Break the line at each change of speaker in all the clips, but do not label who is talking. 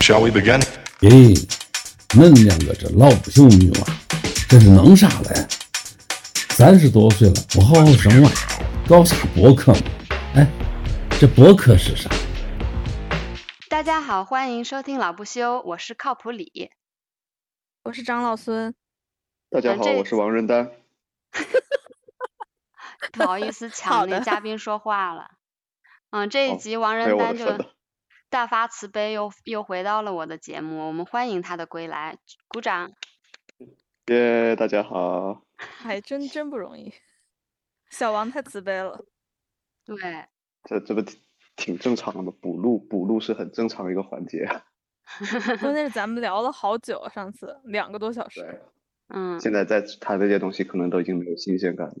Shall we begin？
咦，恁两个这老不休女娃，这是弄啥嘞？三十多岁了，不好好生娃，搞啥博客呢？哎，这博客是啥？
大家好，欢迎收听老不休，我是靠谱李。
我是张老孙，
大家
嗯
好，
这
我是王仁丹。
不好意 思
好
抢那
的
嘉宾说话了。嗯，这一
哦
集王
有
仁
我
丹
的
就
份了
大发慈悲又，又回到了我的节目，我们欢迎他的归来，鼓掌。
耶大家好。
还真真不容易。 小王太慈悲了，
对，
这这不挺挺正常的，补录补录是很正常一个环 节啊。
关键是咱们聊了好久，上次两个多小时。
对，
嗯，
现在在谈这些东西，可能都已经没有新鲜感了。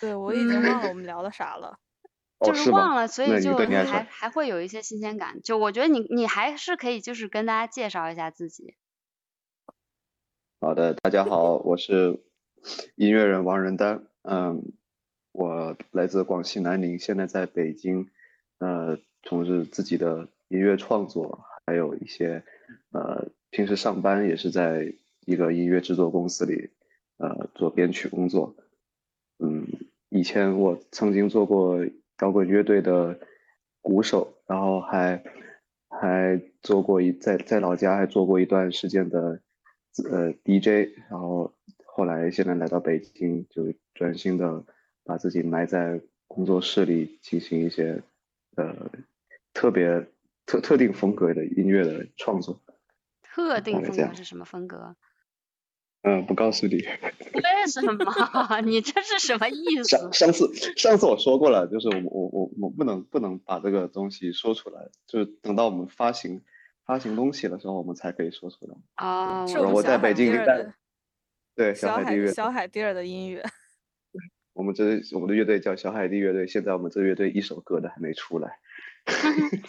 对，我已经忘了我们聊了啥了。
哦，
就是
是
忘
吗？
了，所
那
以
你
就
对你来说
还还会有一些新鲜感。就我觉得你你还是可以，就是跟大家介绍一下自己。
好的，大家好，我是音乐人王仁丹。嗯，我来自广西南宁，现在在北京，呃，从事自己的音乐创作，还有一些，呃，平时上班也是在一个音乐制作公司里，呃，做编曲工作。嗯，以前我曾经做过摇滚乐队的鼓手，然后还还做过一在在老家还做过一段时间的呃 DJ，然后后来现在来到北京，就专心的把自己埋在工作室里进行一些呃特别特特定风格的音乐的创作。
特定
嗯了
风
解
格是什么风格？
嗯、不告诉你。
为什么？ 你这是什么意思
嗯
上？上次上次我说过了，就是我我我我不能不能把这个东西说出来，就是等到我们发行发行东西的时候，我们才可以说出来。
哦，
是
然后
们
我
小
在
海
北京
地
一
儿
带
的
对，
小
海地乐
海
队，
小海地儿的音乐，
我们这我们的乐队叫小海地乐队，现在我们这乐队一首歌都还没出来。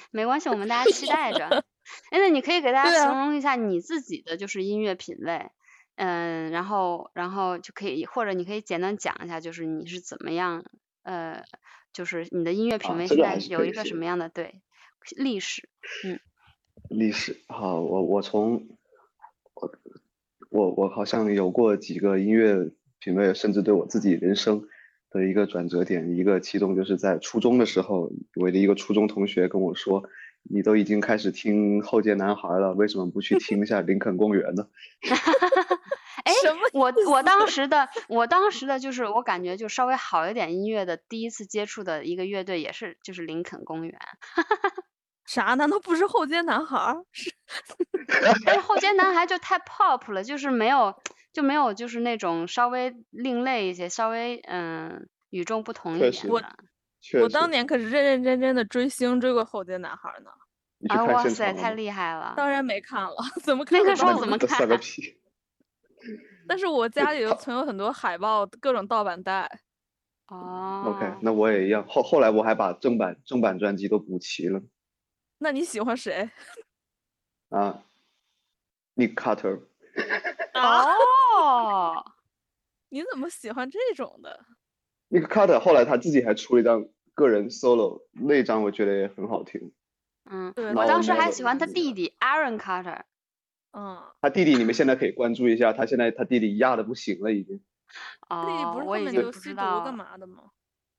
没关系，我们大家 期待着。哎，那你可以给大家
对啊
形容一下你自己的就是音乐品味，嗯，然后然后就可以，或者你可以简单讲一下，就是你是怎么样，呃，就是你的音乐品
啊
味
这
现
个
在
还是
有
可
一
以
个什
写
么样的对历史？
历史好，我我从我我我好像有过几个音乐品味，甚至对我自己人生的一个转折点，一个其中就是在初中的时候，我的一个初中同学跟我说，你都已经开始听后街男孩了，为什么不去听一下林肯公园呢？
哎
什么
我
意
我
思
当时的我当时的就是我感觉就稍微好一点音乐的第一次接触的一个乐队也是就是林肯公园，
啥？难道不是后街男孩儿？是
但是后街男孩就太 pop 了，就是没有就没有就是那种稍微另类一些，稍微嗯与众不同一
确
点
实
的。啊
我确
我
实
当年可是认认真真的追星，追过后街男孩儿呢。
你去
啊，
看
哇
现
塞，
场了
太
吗
厉害了！
当然没看了， 怎么
那
看得
个时候
到
那
怎
呢
你
么
这算
看
个
啊
屁！
但是我家里有
他
存有很多海报，各种盗版带。
哦
OK，那我也一样。后后来我还把正版正版专辑都补齐了
那你喜欢谁？
啊，Nick Carter。
啊，
哦，
你怎么喜欢这种的？
那个 Carter 后来他自己还出了一张个人 solo，那一张我觉得也很好听。
嗯，
对，
我
他
那我
当
们
时
要
还
有
喜欢他
那
弟
个
弟 Aaron Carter，
嗯，
他弟弟你们现在可以关注一下，他现在他弟弟压的不行了，已经
弟弟
哦
不，是后
我已
面
经
就
不知
吸毒
道
干
了。
嘛的吗？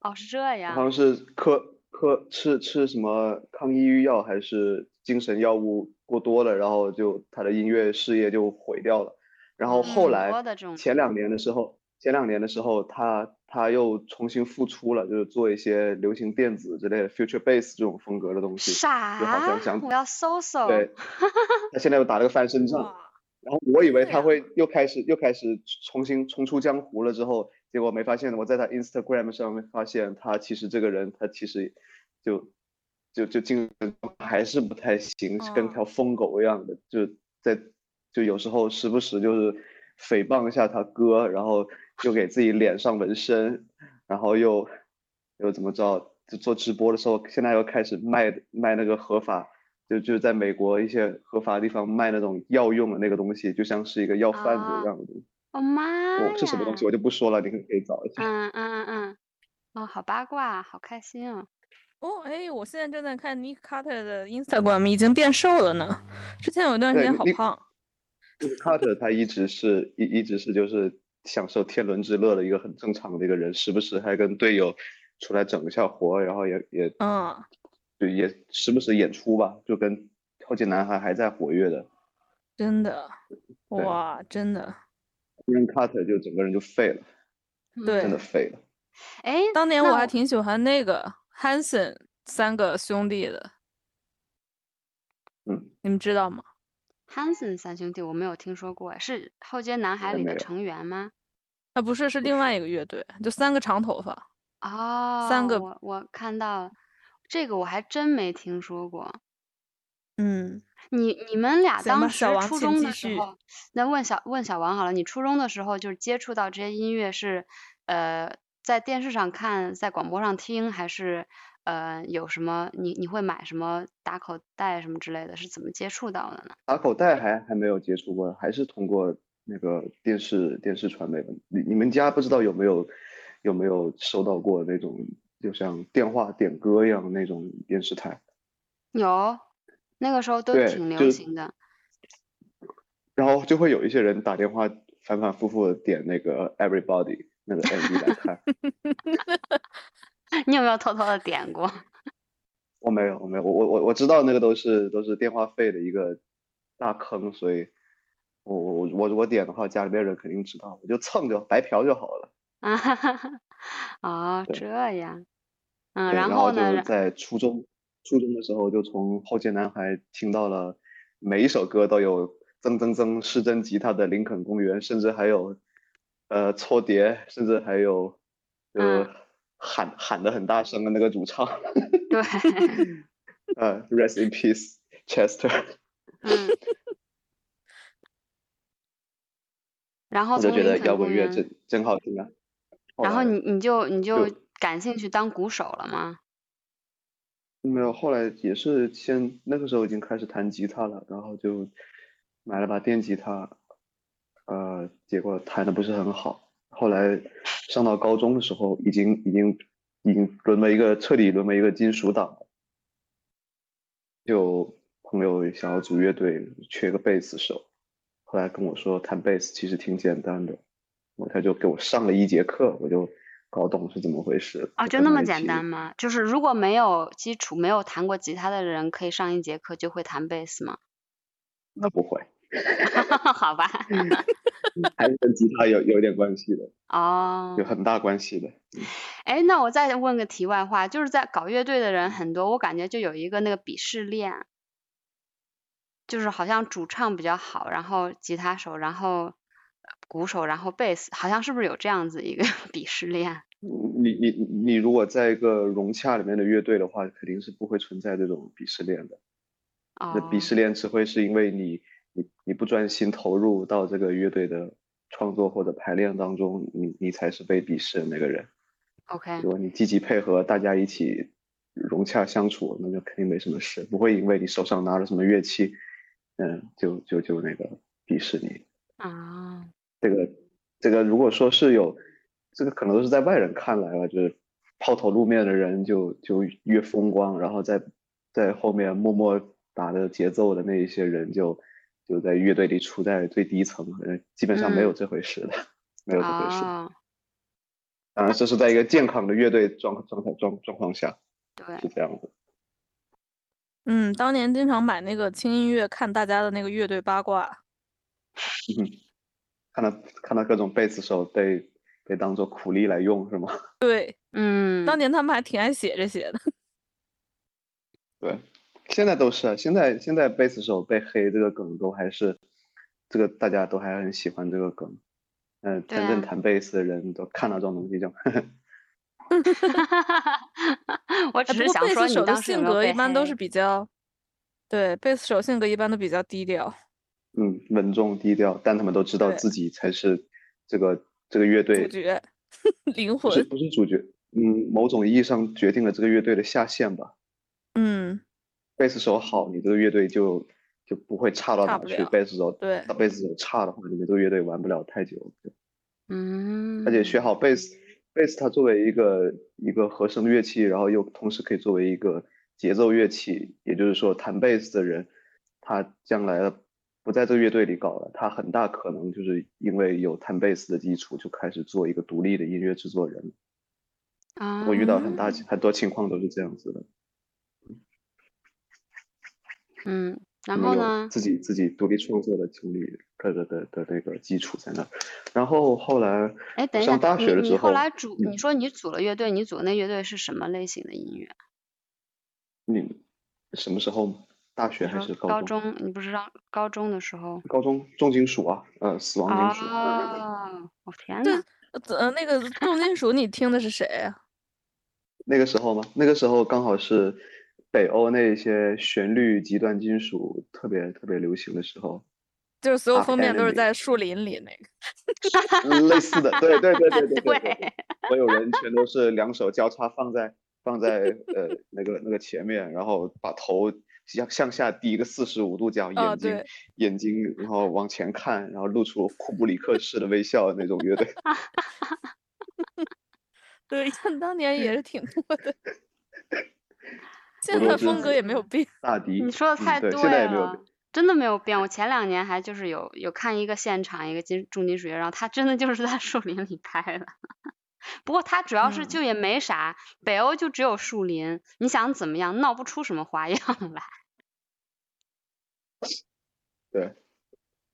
哦，是这
好
样。
像是科科吃吃什么抗抑郁药还是精神药物过多了，然后就他的音乐事业就毁掉了。然后
嗯
后来
多的这种
前两年的时候，前两年的时候他他又重新复出了，就是做一些流行电子之类的 future bass 这种风格的东西。就好像
啥
想？
我要搜搜。
对，他现在又打了个翻身仗。
哇，
然后我以为
这
他
样
会又开始又开始重新重出江湖了之后，结果没发现，我在他 Instagram 上面发现他其实这个人他其实就就就精神状态还是不太行，是跟
哦
条疯狗一样的，就在就有时候时不时就是诽谤一下他哥，然后又给自己脸上纹身，然后又又怎么着，就做直播的时候，现在又开始卖卖那个合法。就就在美国一些合法地方卖那种药用的那个东西，就像是一个药贩子
啊
一样的东西。
我妈
我、是什么东西
呀
我就不说了，你可以可以找一下。
哦嗯嗯嗯嗯。哦，好八卦，好开心啊！
哦哦，哎，我现在正在看 Nick Carter 的 Instagram，已经变瘦了呢。之前有一段时间
对你
好
你
胖，
就是 Carter 他一直是一一直是就是享受天伦之乐的一个很正常的一个人，时不时还跟队友出来整一下活，然后也也
嗯，
就也时不时演出吧，就跟超级男孩还在活跃的，
真的，哇，真的，
让 Carter 就整个人就废了，
嗯
真的
对，
废了。
哎，
当年
那
我还挺喜欢那个 Hanson 三个兄弟的，
嗯，
你们知道吗？
Hanson 三兄弟我没有听说过，是后街男孩
也
里
没
的
有
成员吗？
啊，不是，是另外一个乐队，就三个长头发，
哦，
个
我我看到了，这个我还真没听说过。
嗯，
你你们俩
行吧
当时
小王
初
请
中
继
的时
续
候，那问小问小王好了，你初中的时候就是接触到这些音乐是呃在电视上看，在广播上听，还是呃有什么你你会买什么打口袋什么之类的，是怎么接触到的呢？
打口袋还还没有接触过，还是通过那个电视电视传媒的。你你们家不知道有没有有没有收到过那种就像电话点歌一样的那种电视台？
有，那个时候都
对
挺
就
流行的。
然后就会有一些人打电话反反复复的点那个 Everybody 那个 MV 来看。
你有没有偷偷的点过？
我没有，我没有，我我我我知道那个都是都是电话费的一个大坑，所以我我我我我点的话，家里边人肯定知道，我就蹭就白嫖就好了。
啊哈哈， 哦，
对
这样，嗯，
对，
然
后
后呢，
就
然
在初中初中的时候，就从后街男孩听到了每一首歌都有曾曾曾失真吉他的《林肯公园》，甚至还有呃搓碟，甚至还有呃
嗯
喊喊的很大声的那个主唱，
对，
呃，Rest in Peace Chester，
嗯，然后
我就
哦从
觉
林
得
肯
摇
公
滚乐
园
真真好听啊。
然后
来
你你就你就
就
感兴趣当鼓手了吗？
没有，后来也是先那个时候已经开始弹吉他了，然后就买了把电吉他，呃，结果弹的不是很好。后来上到高中的时候，已经已经已经沦为一个彻底沦为一个金属党了。就朋友想要组乐队，缺个贝斯手，后来跟我说弹贝斯其实挺简单的，我他就给我上了一节课，我就搞懂是怎么回事了。
哦，就
跟
那
他
么
一
简
起
单吗？就是如果没有基础、没有弹过吉他的人，可以上一节课就会弹贝斯吗？
那不会。
好吧，
还是跟吉他有有点关系的，
哦
有，很大关系的。
哎，那我再问个题外话，就是在搞乐队的人很多，我感觉就有一个那个鄙视链，就是好像主唱比较好，然后吉他手，然后鼓手，然后贝斯，好像是不是有这样子一个 鄙视链？
嗯你你你如果在一个融洽里面的乐队的话，肯定是不会存在这种鄙视链的。那
哦，
鄙视链只会是因为你你你不专心投入到这个乐队的创作或者排练当中，你你才是被鄙视的那个人。
哦 OK，
如果你积极配合，大家一起融洽相处，那就肯定没什么事，不会因为你手上拿了什么乐器，嗯，就就就那个鄙视你。
啊，
这个这个如果说是有，这个可能都是在外人看来吧，就是抛头露面的人就就越风光，然后在在后面默默打着节奏的那一些人就就在乐队里处在最低层，呃，基本上没有
嗯
这回事的，没有这回事。
哦，
当然，这是在一个健康的乐队状状态状状况下
对，
是这样的。
嗯，当年经常买那个轻音乐，看大家的那个乐队八卦，
看到看到各种贝斯手被被当做苦力来用是吗？
对，
嗯，
当年他们还挺爱写这些的，
对，现在都是啊，现在现在贝斯手被黑这个梗都还是，这个大家都还很喜欢这个梗。嗯、
对
真正
啊
弹贝斯的人都看到这种东西就，
我
哎
只
不
是
过
想
贝
说
斯
你
手的
当时有
性
没有
格一
被
般都
黑
是比较，对，贝斯手性格一般都比较低调，
嗯，稳重低调，但他们都知道
对
自己才是这个这个乐
主
队，
角， 灵
不是
魂，
不是主角，嗯，某种意义上决定了这个乐队的下限吧。
嗯，
贝斯手好，你这个乐队就就不会差到
差
哪
不
去；
了
贝斯手
对，
贝斯手差的话，你们这个乐队玩不了太久。
嗯，
而且学好贝斯，贝斯它作为一个一个和声乐器，然后又同时可以作为一个节奏乐器，也就是说，弹贝斯的人，他将来不在这乐队里搞了，他很大可能就是因为有弹贝斯的基础，就开始做一个独立的音乐制作人了。
啊，
我遇到很大很多情况都是这样子的，
嗯，然
没
后
有
呢？
自己自己独立创作的经历的的的的那个基础在那。然后后来
哎，等一下
上，大
你
学了
你
之
后
后，
来组，
嗯
你说你组了乐队，你组那乐队是什么类型的音乐？
你什么时候吗？大学
你
还
说
是
高
高？
中，你不是让高中的时候？
高中重金属啊，呃，死亡金属。
哦，我天
对
呐，
呃，那个重金属你听的是谁啊呀、
那个时候吗？那个时候刚好是北欧那些旋律极端金属特别特别流行的时候，
就是所有
啊
封面都是
，Enemy
在树林里那个。
类似的，对对对对对对对
对，
所有人全都是两手交叉放在放在呃那个那个前面，然后把头向向下低一个四十五度角，
啊
眼睛
对
眼睛然后往前看，然后露出库布里克式的微笑的那种乐队。
对，当年也是挺多 的。现
多
在
知
风格
己
也没有变。
大迪，
你说的
嗯
太
对，
对
现在也没有
了。真的没有变，我前两年还就是有有看一个现场，一个金重金属乐，然后他真的就是在树林里拍的。 不过他主要是
嗯
就也没啥，北欧就只有树林，你想怎么样，闹不出什么花样来。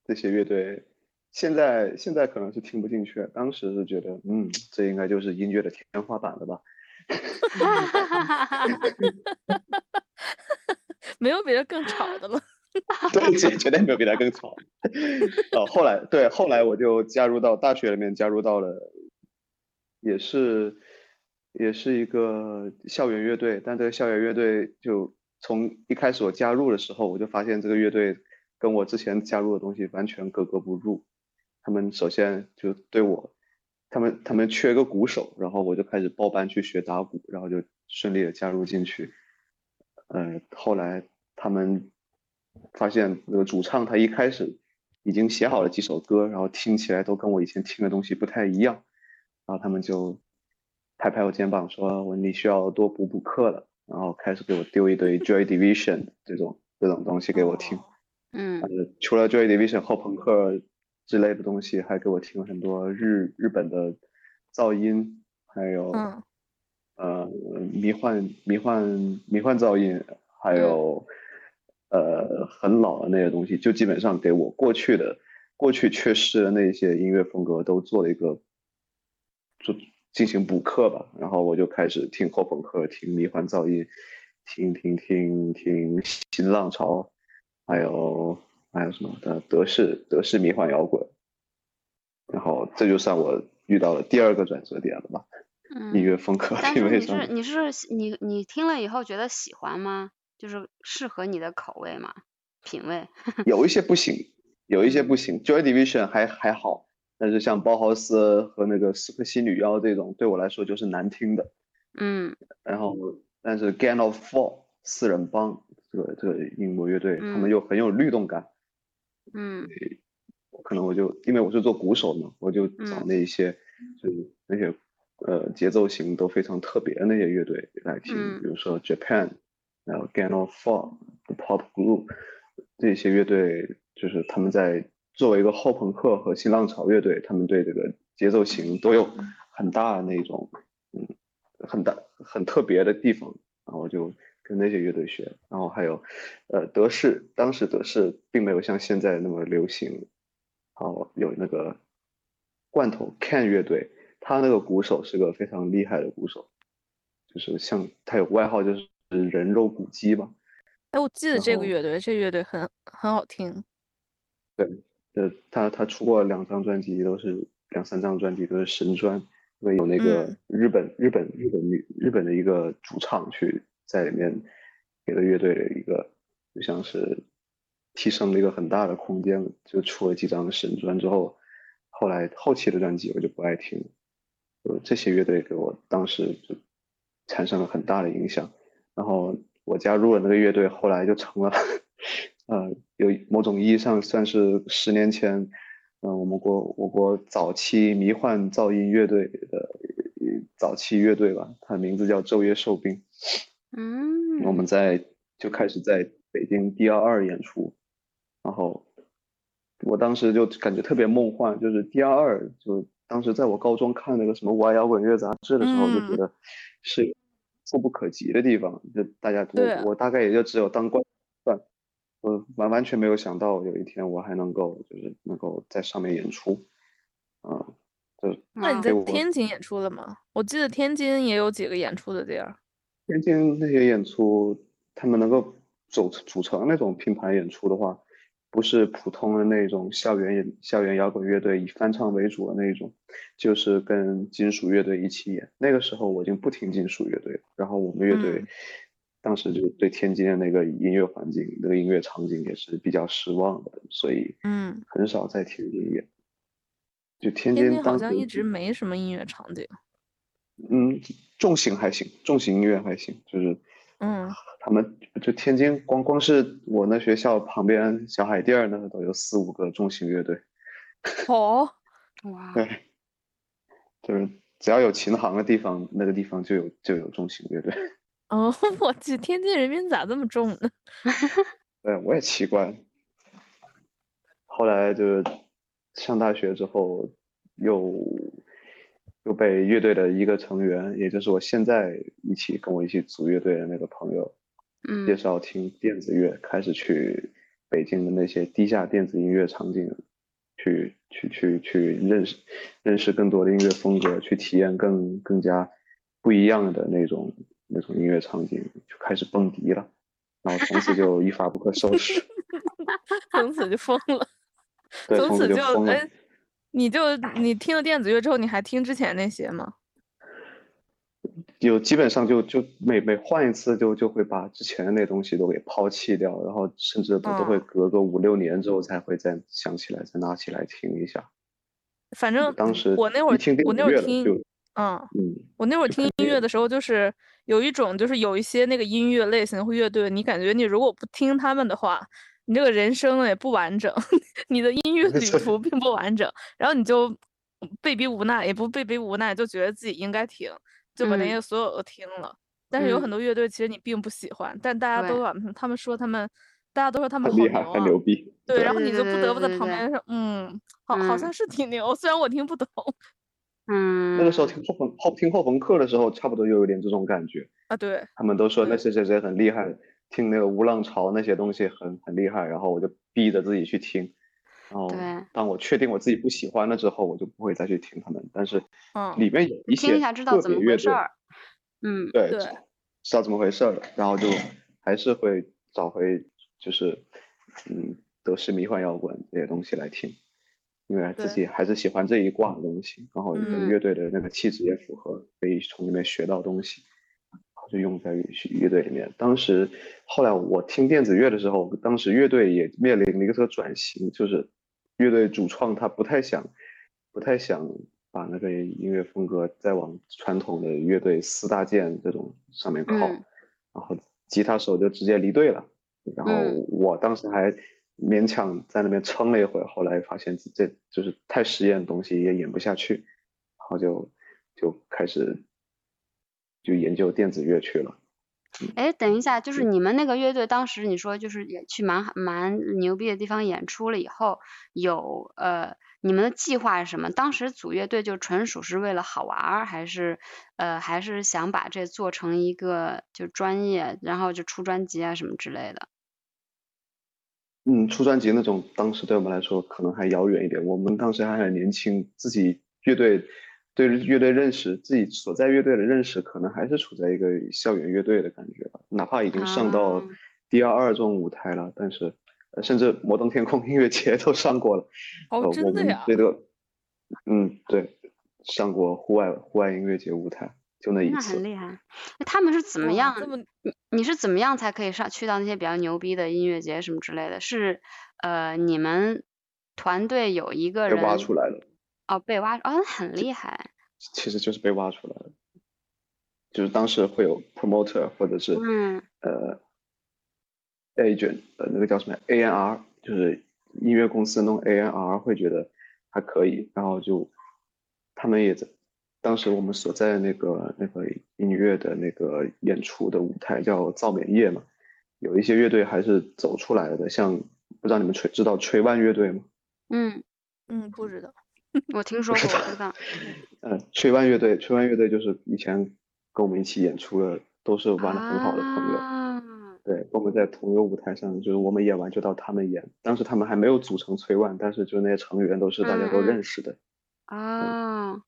这些乐队，现在现在可能是听不进去，当时是觉得，嗯，这应该就是音乐的天花板了吧？嗯
没有比这更吵的了。
对，绝绝对没有比他更吵。呃，后来对，后来我就加入到大学里面，加入到了，也是也是一个校园乐队，但这个校园乐队就从一开始我加入的时候，我就发现这个乐队跟我之前加入的东西完全格格不入。他们首先就对我，他们他们缺个鼓手，然后我就开始报班去学打鼓，然后就顺利的加入进去。呃，后来他们发现那个主唱他一开始已经写好了几首歌，然后听起来都跟我以前听的东西不太一样，然后他们就拍拍我肩膀说：“我你需要多补补课了。”然后开始给我丢一堆 Joy Division 这种这种东西给我听。
嗯
呃，除了 Joy Division 后朋克之类的东西，还给我听很多日日本的噪音，还有、
嗯
呃迷幻迷幻迷幻噪音，还
嗯
有、呃很老的那些东西，就基本上给我过去的过去缺失的那些音乐风格都做了一个做进行补课吧。然后我就开始听后朋克，听迷幻噪音，听听听听新浪潮，还有还有什么的德式德式迷幻摇滚。然后这就算我遇到了第二个转折点了吧，音
嗯。
乐风 格
但
品
是
味
你是
上。
你是喜你你听了以后觉得喜欢吗？就是适合你的口味吗？品味？
有一些不行，有一些不行。Joy Division 还还好，但是像包豪斯和那个斯科西女妖这种，对我来说就是难听的。
嗯
然后，但是 Gang of Four 四人帮这个这个英国乐队，他们
嗯
又很有律动感。
嗯
可能我就因为我是做鼓手嘛，我就找
嗯
那一些、就是那些呃节奏型都非常特别的那些乐队来听，
嗯
比如说 Japan，还有 Gang of Four、The Pop Group 这些乐队，就是他们在作为一个后朋克和新浪潮乐队，他们对这个节奏型都有很大的那种嗯很大很特别的地方，然后我就跟那些乐队学，然后还有，呃，德式，当时德式并没有像现在那么流行，然后有那个罐头 Can 乐队，他那个鼓手是个非常厉害的鼓手，就是像他有外号就是人肉鼓机嘛，
哎，我记得
然
这个
后
乐队，这乐队很很好听。
呃，他他出过两张专辑，都是两三张专辑都是神专，因为有那个
嗯
日本、日本日本女日本的一个主唱去在里面给了乐队的一个就像是提升了一个很大的空间，就出了几张神专之后，后来后期的专辑我就不爱听了，呃，这些乐队给我当时就产生了很大的影响。然后我加入了那个乐队，后来就成了，呃，有某种意义上算是十年前，嗯、我们国我国早期迷幻噪音乐队的呃早期乐队吧，它的名字叫昼夜兽兵。
嗯，
我们在就开始在北京 D 二二演出，然后我当时就感觉特别梦幻，就是第二，就当时在我高中看那个什么《五爱摇滚乐》杂志的时候，就
嗯
觉得是触不可及的地方，就大家
对
我我大概也就只有当观众，我完完全没有想到有一天我还能够就是能够在上面演出，啊、就
那你
嗯
在
我
天津演出了吗？我记得天津也有几个演出的地儿。
天津那些演出，他们能够组组成那种拼盘演出的话，不是普通的那种校园演校园摇滚乐队以翻唱为主的那一种，就是跟金属乐队一起演。那个时候我已经不听金属乐队了，然后我们乐队
嗯
当时就对天津的那个音乐环境、那个音乐场景也是比较失望的，所以
嗯，
很少在天津演。就天
天
津
津好
当
像
时
一直没什么音乐场景。
嗯，重型还行，重型音乐还行，就是。
嗯，
他们就天津光光是我那学校旁边小海淀儿那都有四五个重型乐队，
哦，
哇，
对，就是只要有琴行的地方，那个地方就有就有重型乐队。
哦， 我去，天津人民咋这么重呢？
对，我也奇怪。后来就是上大学之后，又又被乐队的一个成员，也就是我现在一起跟我一起组乐队的那个朋友，介
嗯
绍听电子乐，开始去北京的那些地下电子音乐场景，去去去去认识认识更多的音乐风格，去体验更更加不一样的那种那种音乐场景，就开始蹦迪了，然后从此就一发不可 收拾，
从此就疯了，
对，
从
从
此
此就
就
疯了。
哎，你就你听了电子乐之后，你还听之前那些吗？
有基本上就就每每换一次就就会把之前的那东西都给抛弃掉，然后甚至都都会
嗯
隔个五六年之后才会再想起来，再拿起来听一下。
反正
嗯当时
我那会
一
儿
听电
我
子
那会
乐
儿
了
听
就，
嗯，
嗯，
我那会儿听音乐的时候，就是有一种就是有一些那个音乐类型或乐队，你感觉你如果不听他们的话，你这个人生也不完整， 你的音乐旅
对
途并不完整，然后你就被逼无奈，也不被逼无奈，就觉得自己应该听，就把那
嗯
些所有都听了。但是有
嗯
很多乐队其实你并不喜欢，但大家都
对
把他们说他们，大家都说他们
很
好
厉
牛
害，
啊
很，牛逼。
对，然后
对
你
对
就不
对
得不在
对
旁
对
边说，嗯，好，好像
嗯
是挺牛，虽然我听不懂
嗯，
那个时候听后朋后听后朋克的时候，差不多又有点这种感觉。
啊，对，
他们都说那
对
谁谁谁很厉害，听那个无浪潮那些东西很很厉害，然后我就逼着自己去听。然后
对
当我确定我自己不喜欢了之后，我就不会再去听他们。但是
嗯，
里面有一
听
些
一下知道
个
怎
别
么
乐
回事
队，
儿，嗯
对，
对
知知道怎么回事了，然后 就还是会找回就是嗯德式迷幻摇滚这些东西来听，因为自
对
己还是喜欢这一挂的东西，然后
嗯
跟乐队的那个气质也符合，可以从里面学到东西，然后就用在乐乐队里面。当时后来我听电子乐的时候，当时乐队也面临了一个这个转型，就是乐队主创他不太想不太想把那个音乐风格再往传统的乐队四大件这种上面靠，
嗯
然后吉他手就直接离队了。然后
嗯
我当时还勉强在那边撑了一会儿，后来发现自这就是太实验的东西也演不下去，然后就就开始就研究电子乐去了。嗯
哎，等一下，就是你们那个乐队当时你说就是也去蛮好蛮牛逼的地方演出了以后，有呃你们的计划是什么？当时组乐队就纯属是为了好玩儿，还是呃还是想把这做成一个就专业，然后就出专辑啊什么之类的？
嗯，出专辑那种，当时对我们来说可能还遥远一点。我们当时还很年轻，自己乐队对乐队认识，自己所在乐队的认识，可能还是处在一个校园乐队的感觉吧。哪怕已经上到
啊
D 二二这种舞台了，但是呃甚至摩登天空音乐节 都上过了。
哦，
呃，我
真的
们
呀，
对这个，嗯，对，上过户外户外音乐节舞台，就那一
那
次
很。厉害。那他们是怎么
哇
样？
这么
你你是怎么样才可以上去到那些比较牛逼的音乐节什么之类的？是呃你们团队有一个
被
人
挖出来了，
哦，被挖哦，那很厉害。
其实就是被挖出来了。就是当时会有 promoter 或者是
嗯
呃 agent 呃那个叫什么 ANR，就是音乐公司弄 ANR 会觉得还可以，然后就他们也在当时我们所在的那个那个音乐的那个演出的舞台叫造棉业嘛，有一些乐队还是走出来的，像不知道你们吹知道吹腕乐队吗？
嗯，
嗯，不知道。
我听说过，我知道。
呃，吹腕乐队，吹腕乐队就是以前跟我们一起演出的，都是玩的很好的朋友。
啊，
对，跟我们在同一个舞台上，就是我们演完就到他们演。当时他们还没有组成崔万，但是就那些成员都是大家都
嗯嗯
认识的。嗯
哦，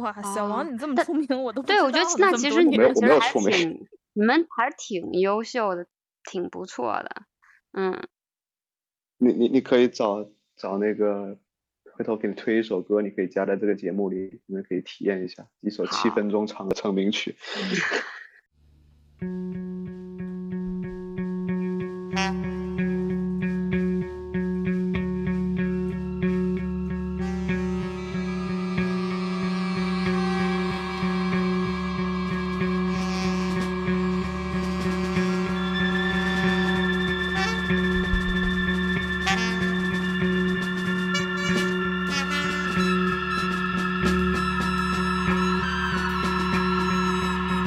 哇，小
哦
王你这么
但
出名，我都不
对，
知
我觉得
道
那
这么
其
多
实你
年
没有
们
我
其
没
实
有
还
出名
挺，你们还是挺优秀的，挺不错的。嗯，
你你你可以找找那个，回头给你推一首歌，你可以加在这个节目里，你们可以体验一下一首七
好
分钟长的成名曲。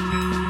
Thank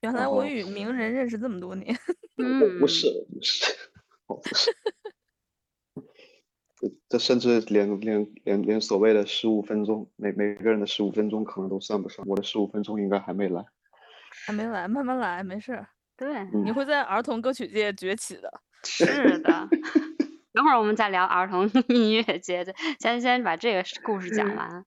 原来
然
我
后
与名人认识这么多年，
我
嗯，
不是， 我 不是，我不是。 这这甚至连连连连所谓的十五分钟，每每个人的十五分钟可能都算不上，我的十五分钟应该还没来。
还没来，慢慢来，没事儿，
对，
嗯
你会在儿童歌曲界崛起的。
是 的。 等会儿我们再聊儿童 音乐节，先先把这个故事讲完。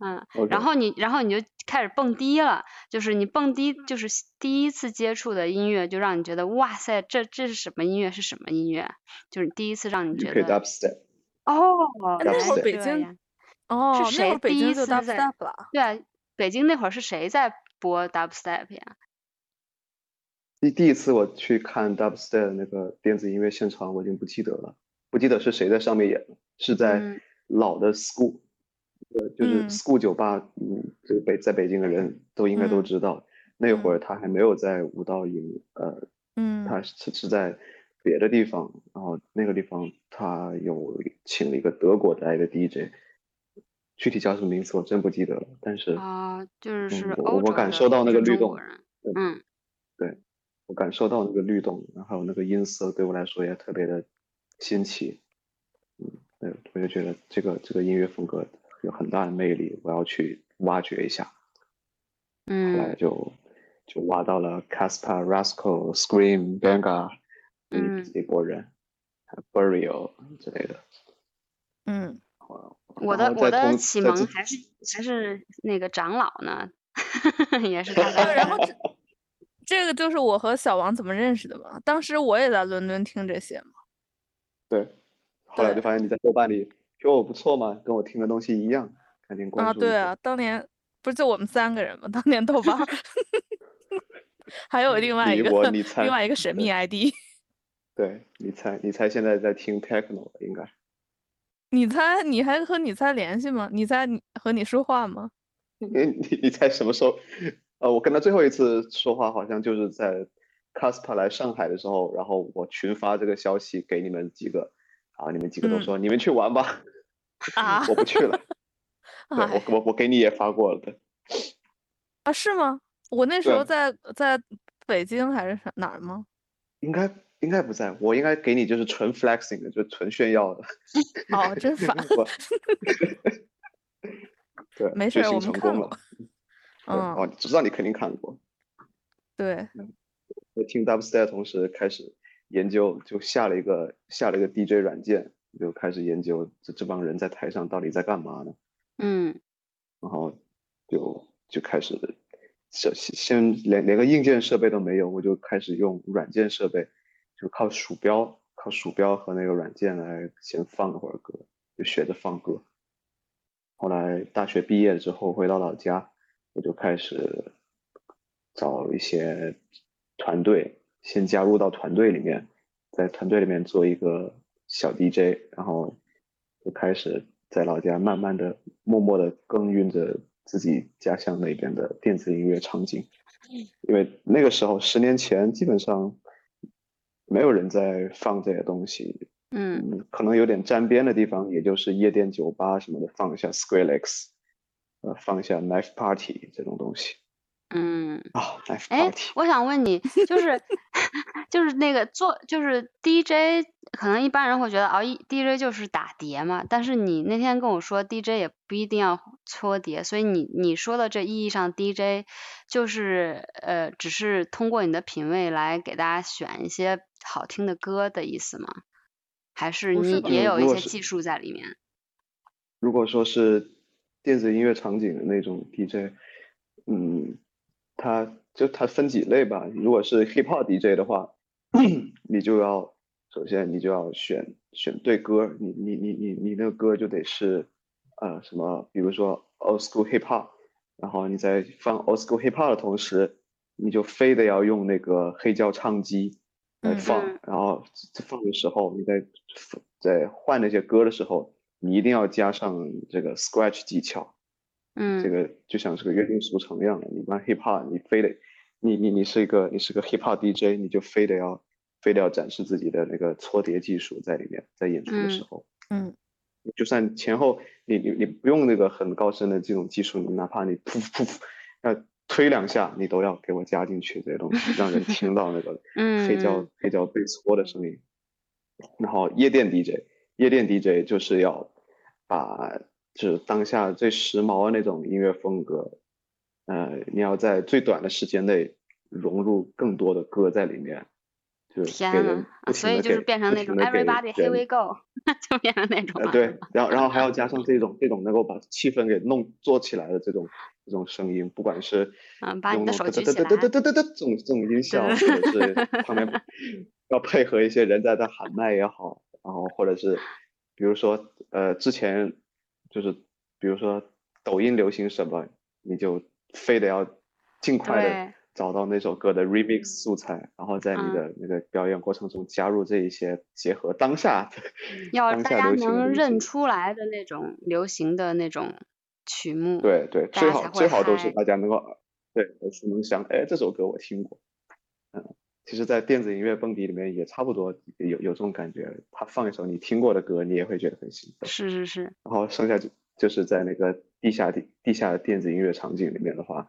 嗯，然
OK
后你，然后你就开始蹦迪了，就是你蹦迪，
嗯
就是第一次接触的音乐，就让你觉得哇塞，这这是什么音乐？是什么音乐？就是第一次让你觉
UK
得
dubstep，
哦，
那
原
会
来
儿
是
北
这
京
样
哦，那
谁
会儿北
第一
京就
次
dub
在
step 了，
对啊，北京那会儿是谁在播 dubstep 呀？
第第一次我去看 dubstep 那个电子音乐现场，我已经不记得了，不记得是谁在上面演了，是在
嗯
老的 school，呃，就
嗯
是 school 酒吧，嗯，这个北在北京的人都应该都
嗯
知道，那会儿
嗯
他还没有在五道营，呃，
嗯
他是是在别的地方，然后那个地方他有请了一个德国来的 DJ，具体叫什么名字我真不记得了，但是
啊、就是
嗯
是
我
欧
我
洲
感
的
受到
不
那
是
个律
中国
动
人
对
嗯，
我感受到那个律动，然后那个音色对我来说也特别的新奇，嗯，对，我就觉得这个这个音乐风格有很大的魅力，我要去挖掘一下。后来
嗯
就就挖到了 Caspar、Rascal、Scream、Benga 这
嗯
这一波人，还有 Burial 之类的。
嗯，
我
然
的
后
我的
再通
启
再
蒙
自
还是还是那个长老呢， 也 是他
对，
在
然后 这这个就是我和小王怎么认识的嘛，当时我也在伦敦听这些嘛，
对，后来就
对
发现你在豆瓣里觉得我不错嘛，跟我听的东西一样，赶紧关
啊，
注一
对
下。
啊，当年不是就我们三个人嘛，当年豆瓣 儿，还有另外一
你
个
我你猜
另外一个神秘 ID，
对，你猜你猜现在在听 techno 了应该
你猜你还和你猜联系吗？你猜你和你说话吗？，
哎 你你猜什么时候？呃，我跟他最后一次说话好像就是在 Caspar 来上海的时候，然后我群发这个消息给你们几个，啊，你们几个都
嗯
说、你们去 玩吧，
啊
我不去 了。对，
哎
我我我给你也发过了的，
啊，是吗？我那时
对
候在在北京还是啥哪儿吗？
应该应该不在，我应该给你就是纯 flexing 的，就是纯炫 耀的。。
哦，真烦
我对，
没事
觉
儿
醒
我们
成
看
功
过
了。对
嗯
哦，知道你肯定看过。
对，
嗯我听 dubstep 的同时开始研究，就下了一个下了一个 DJ 软件，就开始研究这这帮人在台上到底在干嘛呢？
嗯
然后就就开始设先连连个硬件设备都没有，我就开始用软件设备，就靠鼠标靠鼠标和那个软件来先放一会儿歌，就学着放歌。后来大学毕业之后回到老家，我就开始找一些团队，先加入到团队里面，在团队里面做一个小 DJ，然后就开始在老家慢慢的、默默的耕耘着自己家乡那边的电子音乐场景。因为那个时候，十年前基本上没有人在放这些东西，
嗯
嗯，可能有点沾边的地方，也就是夜店、酒吧什么的，放一下 Skrillex，呃，放一下 Knife Party 这种东西
嗯，
啊，Knife
哎、
Party，
我想问你，就是 就是那个做就是 DJ，可能一般人会觉得哦一，DJ 就是打碟嘛，但是你那天跟我说 DJ 也不一定要搓碟，所以你你说的这意义上 DJ 就是呃，只是通过你的品味来给大家选一些好听的歌的意思吗？还是
不是
你
吧
也
嗯
有
如
一
果
些
是
技术在里面？
如果说是电子音乐场景的那种 DJ，嗯，它就它分几类吧。如果是 hip hop DJ 的话， 你就要首先你就要选选对歌，你你你你你那个歌就得是呃什么，比如说 old school hip hop，然后你在放 old school hip hop 的同时，你就非得要用那个黑胶唱机来
嗯
放，
嗯
然后放的时候，你在在换那些歌的时候，你一定要加上这个 scratch 技巧，
嗯，
这个就像是个约定俗成一样的。你玩 hip hop，你非得，你你你是一个你是个 hip hop DJ，你就非得要非得要展示自己的那个搓碟技术在里面，在演出的时
嗯
候，
嗯，
就算前后你你你不用那个很高深的这种技术，你哪怕你噗噗噗，要推两下，你都要给我加进去这些东西，让人听到那个
嗯
黑胶
嗯
黑胶被搓的声音。然后夜店 DJ，夜店 DJ 就是要把就是当下最时髦的那种音乐风格，呃，你要在最短的时间内融入更多的歌在里面，就是
天
给
呐
人，
啊
不
所
停
以
地
就是
给
变成
不
那种
停地给
everybody here
人
we go，就 变成那种
呃，
了。
对，然后然后还要加上这种这种能够把气氛给弄做起来的这种这种声音，不管是
嗯把你
用
的
那
手举
种哒
起
哒哒哒
来
哒哒哒这种这种 音效，或
对
者是旁边要配合一些人在那喊麦也好，然后或者是比如说呃之前就是比如说抖音流行什么，你就非得要尽快的
对
找到那首歌的 remix 素材，然后在你
嗯
的那个表演过程中加入这一些结合当下
要
当
大
下
家
流行的
能
东
认
西
出来的那种流行的那种曲目。
对对，
大
最
家才
好
会
最好都是
嗨
大家能够对耳熟能详，哎，这首歌我听过。嗯，其实，在电子音乐蹦迪里面也差不多有有这种感觉，他放一首你听过的歌，你也会觉得很兴奋。
是是是，
然后剩下就就是在那个地下地地下电子音乐场景里面的话，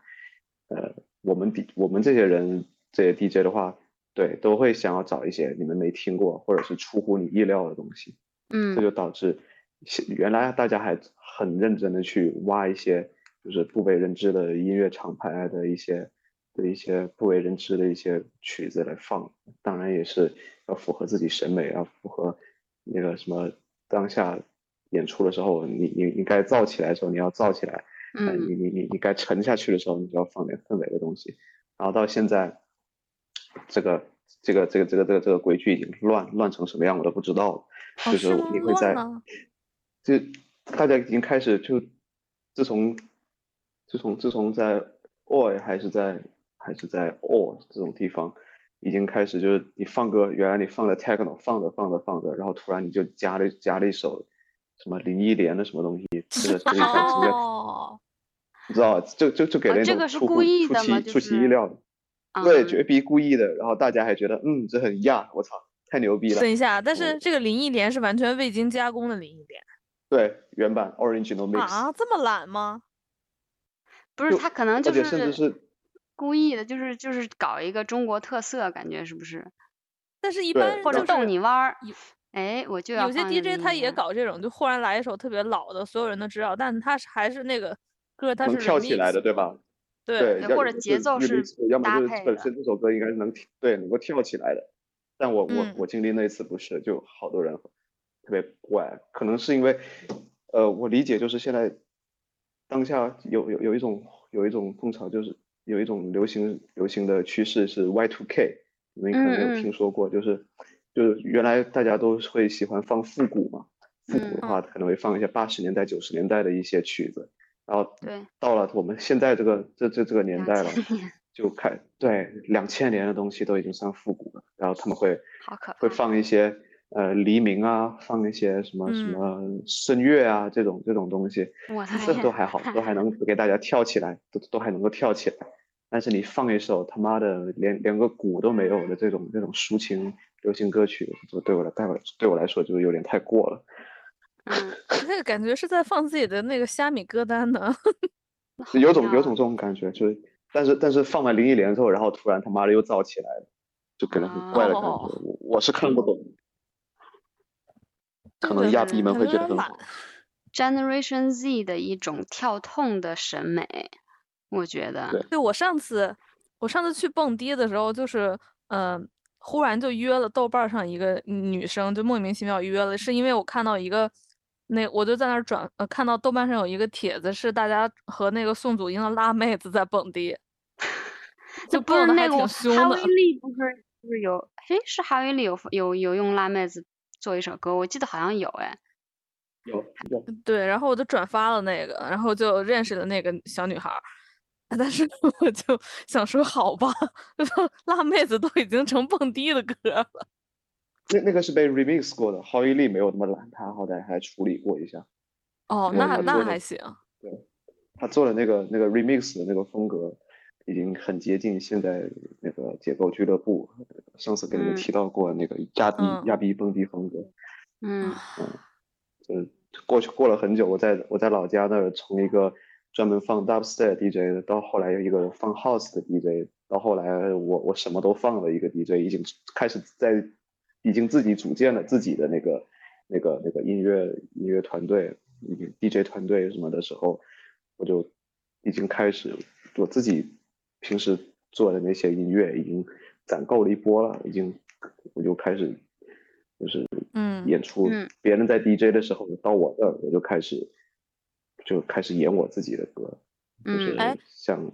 呃，我们 D 我们这些人这些 DJ 的话，对，都会想要找一些你们没听过或者是出乎你意料的东西。这
嗯
就导致现原来大家还很认真的去挖一些就是不为人知的音乐厂牌的一些的一些不为人知的一些曲子来放，当然也是要符合自己审美，要符合那个什么当下演出的时候，你你你该燥起来的时候你要燥起来，呃
嗯
你你你你该沉下去的时候你就要放点氛围的东西，然后到现在这个。这个这个这个这个这个规矩已经乱乱成什么样，我都不知道了。
哦
就是
是吗啊
你会
乱
在
了，
就大家已经开始就自从自从自从在 oi 还是在还是在 or 这种地方，已经开始就是你放歌，原来你放了 techno，放着放着放着，然后突然你就加了加了一首什么林忆莲的什么东西，这个这个感情的，
哦，
你知道吧就就就给
哦
人一
这
种
个是
出
故
乎
意
出
的吗
其
就
出其意
是
料的，
嗯
对，绝逼故意的，然后大家还觉得嗯这很亚，我操，太牛逼了
等，一下，但是
我
这个林忆莲是完全未经加工的林忆莲
对，原版 original mix。
啊，这么懒吗？
不是
就
他可能
而
就
且甚至是
故意的，就是就是搞一个中国特色，感觉是不是？
但是一
对
般人
或者
就
逗
是
你玩儿
有，
哎，我就要
啊
有些
放一个
DJ 他
音
也
乐
搞这种，就忽然来一首特别老的，所有人都知道，但他是还是那个歌，他是
能跳起来的，
remix
对
过
吧？？
对，
对，
对
要
或
有
者
的
节奏
remix
是
过要么
搭
就是
配
本
的
身这首歌应该是能跳对能够跳起来的，但我我
嗯
我经历那一次不是，就好多人特别怪，可能是因为呃，我理解就是现在当下有有有一种有一种风潮，就是有一种流行流行的趋势是 Y two K，你们可能没
嗯嗯
有听说过，就是就是原来大家都会喜欢放复古嘛，复
嗯
古的话可能会放一些八十年代九十年代的一些曲子，然后
对，
到了我们现在这个这这这个年
两
代了，
千年
就开对两千年的东西都已经算复古了，然后他们会
好可
会
怕
放一些呃黎明啊，放一些什么什
嗯
么声乐啊这种这种东西，
我的
这
天
都还好，都还能给大家跳起来，都都还能够跳起来。但是你放一首他妈的连连个鼓都没有的这种这种抒情流行歌曲，就对我来对我对我来说就是有点太过了。
嗯，
这个感觉是在放自己的那个虾米歌单呢。
好
有种有
啊
妙
种这种感觉，就是，但是但是放完林忆莲之后，然后突然他妈的又燥起来了，就给人很怪的感觉。
哦
我我是看不懂，可
这
能
个
亚
是
弟们
可
会
能
觉
有
得
点
很
懒
好。
Generation Z 的一种跳痛的审美，我觉得
对
对我上次，我上次去蹦迪的时候，就是嗯、呃忽然就约了豆瓣儿上一个女生，就莫名其妙约了，是因为我看到一个那我就在那儿转呃看到豆瓣上有一个帖子，是大家和那个宋祖英的辣妹子在 蹦迪，
就
就
不是
蹦的
那
还
个
挺
哈
凶的
维。利不是不是有哎是哈维利有有有用辣妹子做一首歌，我记得好像有哎，
有有，
对，然后我就转发了那个，然后就认识了那个小女孩儿。 但是 我就想说，好吧， 辣妹子都已经成蹦迪的歌了。
那那个是被 remix 过的，郝一丽没有那么懒，他好歹还处理过一下。
哦，
嗯
那
很
那
多的
还行。
他做的那个那个 remix 的那个风格，已经很接近现在那个解构俱乐部。上次跟你
嗯
们提到过那个亚逼、
嗯
亚逼蹦迪风格，
嗯
啊
嗯，过去过了很久，我在我在老家那儿从一个专门放 dubstep DJ 的，到后来有一个放 house 的 DJ，到后来我我什么都放了一个 DJ，已经开始在已经自己组建了自己的那个那个那个音乐音乐团队、嗯 DJ 团队什么的时候，我就已经开始我自己平时做的那些音乐已经攒够了一波了，已经我就开始就是
嗯
演出
嗯，
别人在 DJ 的时候到我这儿我就开始就开始演我自己的歌，就
嗯
是
哎
像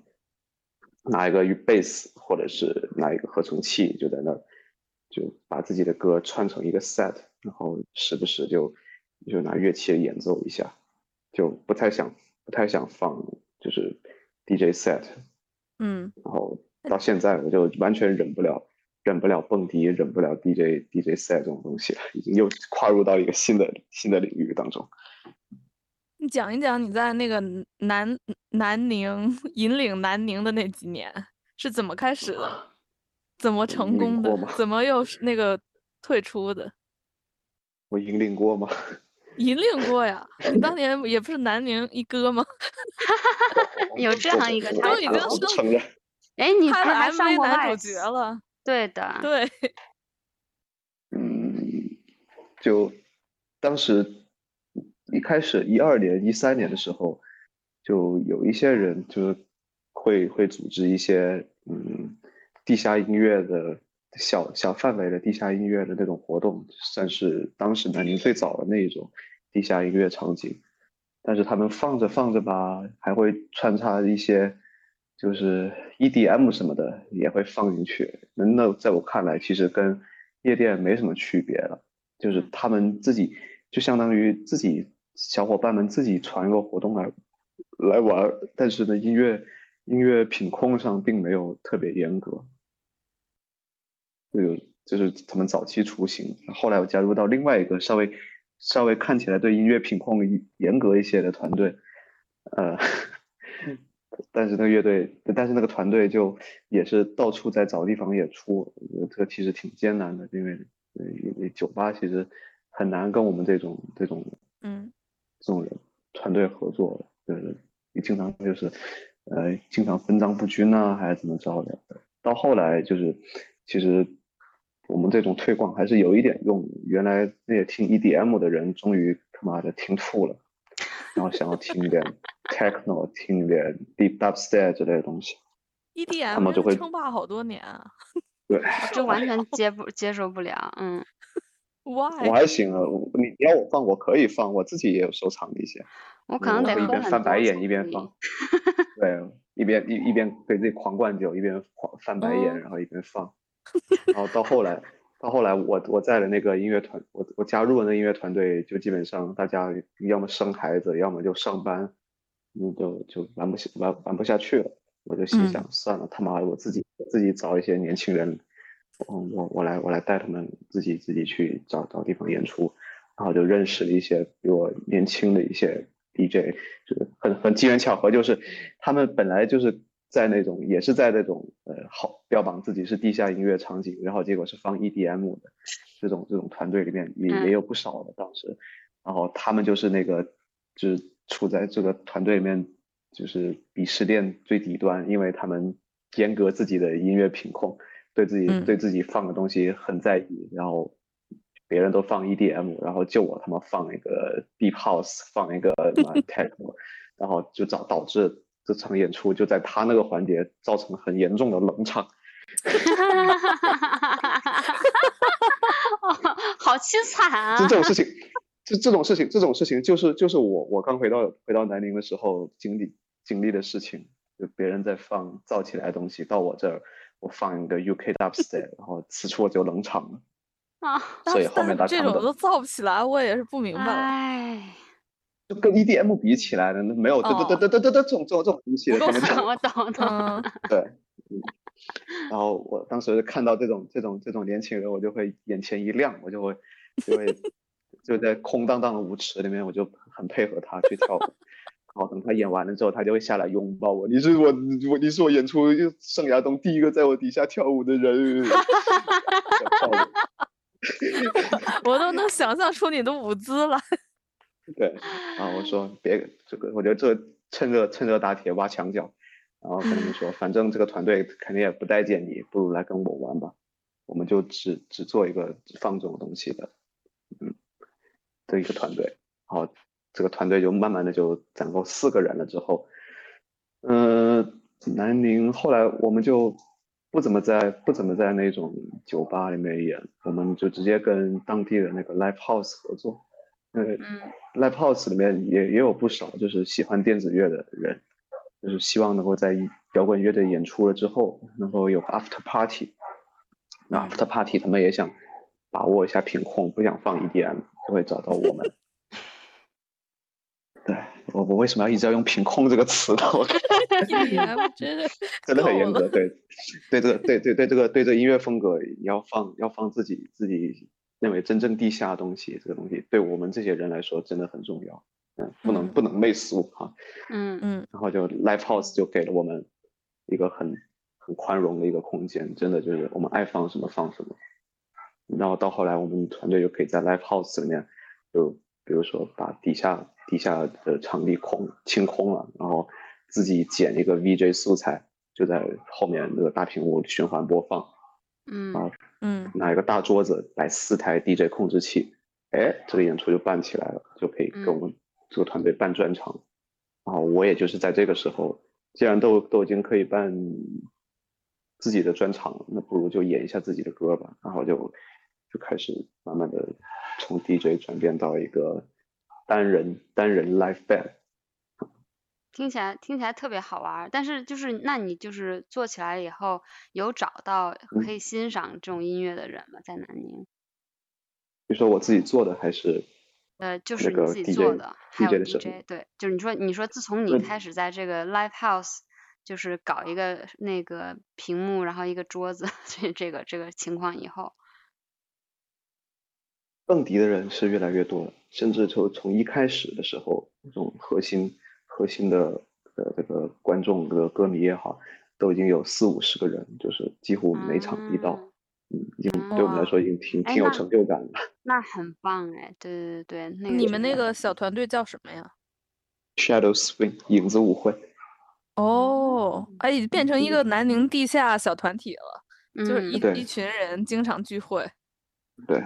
拿一个贝斯或者是拿一个合成器，就在那儿就把自己的歌串成一个 set，然后时不时就就拿乐器演奏一下，就不太想不太想放就是 DJ set，
嗯，
然后到现在我就完全忍不了。忍不了蹦迪，忍不了 DJ DJ set 这种东西了，已经又跨入到一个新的新的领域当中。
你讲一讲你在那个南南宁引领南宁的那几年是怎么开始的，怎么成
引
功
领
的
过吗，
怎么又是那个退出的？
我引领过吗？
引领过 呀，你当年也不是南宁一哥吗？
有这样一个
我
插
我
曲
我
都已经
承认，
哎，你
拍
不是还
了
上
MV
过
男主
Vice？
角
啊
了，
对的，
对，
嗯，就当时一开始一二年、一三年的时候，就有一些人就是会会组织一些嗯地下音乐的小小范围的地下音乐的那种活动，算是当时南宁最早的那一种地下音乐场景。但是他们放着放着吧，还会穿插一些就是 EDM 什么的也会放进去。那那在我看来，其实跟夜店没什么区别了，就是
嗯
他们自己就相当于自己小伙伴们自己传一个活动来来玩儿，但是呢，音乐音乐品控上并没有特别严格。就有就是他们早期雏形。后来我加入到另外一个稍微稍微看起来对音乐品控一严格一些的团队，呃，但是那个乐队，但是那个团队就也是到处在找地方演出，呃这个其实挺艰难的，因为呃因为酒吧其实很难跟我们这种这种
嗯
这种人团队合作，就是你经常就是呃经常分赃不均呐、还是怎么着的。到后来就是其实我们这种推广还是有一点用的。原来那些听 EDM 的人，终于他妈的听吐了，然后想要听一点 techno，听一点 deep dubstep 之类的东西。
，EDM
们就
，，E 真的
会
称霸好多年啊
对，
我就完全接不接受不了，嗯。
我
，Why？
还行啊，我你你要我放我可以放，我自己也有收藏一些。
我可能
嗯我
得
会一
喝
边
很
翻白
多
眼
才
一边
可以
放，对，一边一一边给自己狂灌酒，一边狂翻白眼，
哦
然后一边放，然后到后来，到后来我我在的那个音乐团，我我加入的那音乐团队，就基本上大家要么生孩子，要么就上班，嗯，就就玩不下玩玩不下去了。我就心
嗯
想，算了，他妈的，我自己我自己找一些年轻人，我我我来我来带他们自己自己去找找地方演出。然后就认识了一些比我年轻的一些 DJ，就是很很机缘巧合，就是他们本来就是在那种也是在那种呃好标榜自己是地下音乐场景，然后结果是放 EDM 的这种这种团队里面也
嗯
也有不少的当时，然后他们就是那个就是处在这个团队里面就是鄙视链最底端，因为他们严格自己的音乐品控，对自己、
嗯
对自己放的东西很在意，然后别人都放 EDM，然后就我他妈放一个 Deep House，放一个什么 Techno，然后就导导致这场演出就在他那个环节造成了很严重的冷场。
哦好凄惨啊！
这这种事情，这这种事情，这种事情就是就是我我刚回到回到南宁的时候经历经历的事情，就别人在放造起来的东西，到我这儿我放一个 UK dubstep，然后此处我就冷场了。
啊，
所以后面大家
这
看
种
不
都
懂，
造不起来，我也是不明白了。
哎，
就跟 EDM 比起来呢，那没有这
哦
这这这这这这种这种这种东西
不
的，
够
他们
狠
就
我懂懂，
嗯，
对，嗯。然后我当时看到这种这种这种年轻人，我就会眼前一亮，我就会就会就在空荡荡的舞池里面，我就很配合他去跳舞。然后等他演完了之后，他就会下来拥抱我。你是我我你是我演出生涯中第一个在我底下跳舞的人。 跳舞
我都能 想象出你的舞姿了。
对，然后我说别这个，我觉得这趁热趁热打铁挖墙脚，然后跟他们说，反正这个团队肯定也不待见你，不如来跟我玩吧，我们就只只做一个只放这种东西的，嗯，的一个团队。好，这个团队就慢慢的就攒够四个人了之后，呃，南宁后来我们就不怎么在不怎么在那种酒吧里面演，我们就直接跟当地的那个 live house 合作，呃
嗯
live house 里面也也有不少就是喜欢电子乐的人，就是希望能够在摇滚乐队演出了之后，能够有 after party。那 after party 他们也想把握一下品控，不想放 EDM，就会找到我们。 对我，我为什么要一直要用“品控”这个词呢？我
，EDM ，E 真 的
真的很
够
严
了
格，对，对这个，对对对这个，对这个音乐风格，你要放要放自己自己认为真正地下的东西，这个东西对我们这些人来说真的很重要，嗯，不能
嗯
不能媚俗哈、
嗯
嗯
然后就 Live House 就给了我们一个很很宽容的一个空间，真的就是我们爱放什么放什么。然后到后来，我们团队就可以在 Live House 里面，就比如说把底下底下的场地空清空了，然后自己剪一个 VJ 素材，就在后面那个大屏幕循环播放。
嗯
嗯
拿一个大桌子摆四台 DJ 控制器，哎，这个演出就办起来了，就可以
嗯
跟我们这个团队办专场。然后我也就是在这个时候，既然都都已经可以办自己的专场了，那不如就演一下自己的歌吧。然后就就开始慢慢的从 DJ 转变到一个单人单人 live band。
听起来听起来特别好玩儿，但是就是那你就是做起来以后有找到
嗯
可以欣赏这种音乐的人吗？在南宁？
你说我自己做的还是
呃，就
那
是你
个
自己
DJ
做的，还
DJ
有
的声
DJ，对，就是你说你说自从你
嗯
开始在这个 live house，就是搞一个那个屏幕，然后一个桌子，这这个这个情况以后，
蹦迪的人是越来越多了，甚至就从一开始的时候，那种核心核心的呃这个观众的歌迷也好，都已经有四五十个人，就是几乎每场必
啊
到，
嗯
嗯，已经对我们来说已经挺
哎
挺有
那
成就感了。
那很棒哎，对对对，那个
你
真
们
的
那个小团队叫什么呀？
Shadow Swing 影子舞会，
哦，哎，变成一个南宁地下小团体了，就是
嗯
一
对
一群人经常聚会。哦
对，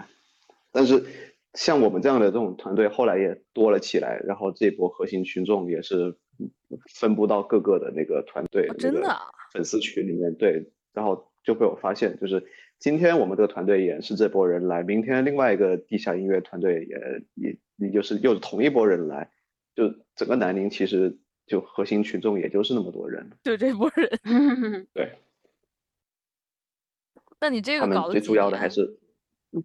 但是像我们这样的这种团队，后来也多了起来，然后这波核心群众也是分布到各个的那个团队、
哦
那
真
个
的啊
粉丝群里面，对，然后就被我发现，就是今天我们这个团队也是这波人来，明天另外一个地下音乐团队也也也就是又是同一波人来，就整个南宁其实就核心群众也就是那么多人，
就这波人。
嗯
对。
那你这
他
个
们
搞了
最主
几
要的还
年
是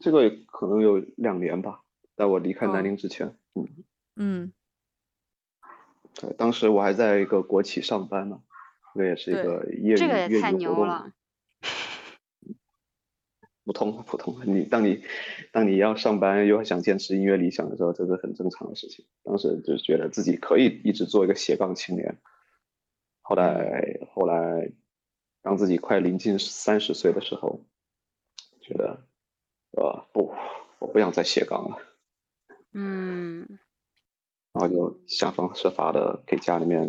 这个可能有两年吧，在我离开南
嗯
宁之前，嗯，
嗯
对，当时我还在一个国企上班嘛，这个也是一
对
个业余
这个也
业
太
余活
牛
动
了，
普通普通。你当你当你要上班又想坚持音乐理想的时候，这是很正常的事情。当时就觉得自己可以一直做一个斜杠青年。后来后来，当自己快临近三十岁的时候，觉得呃不，我不想再斜杠了。
嗯。
然后就想方设法的给家里面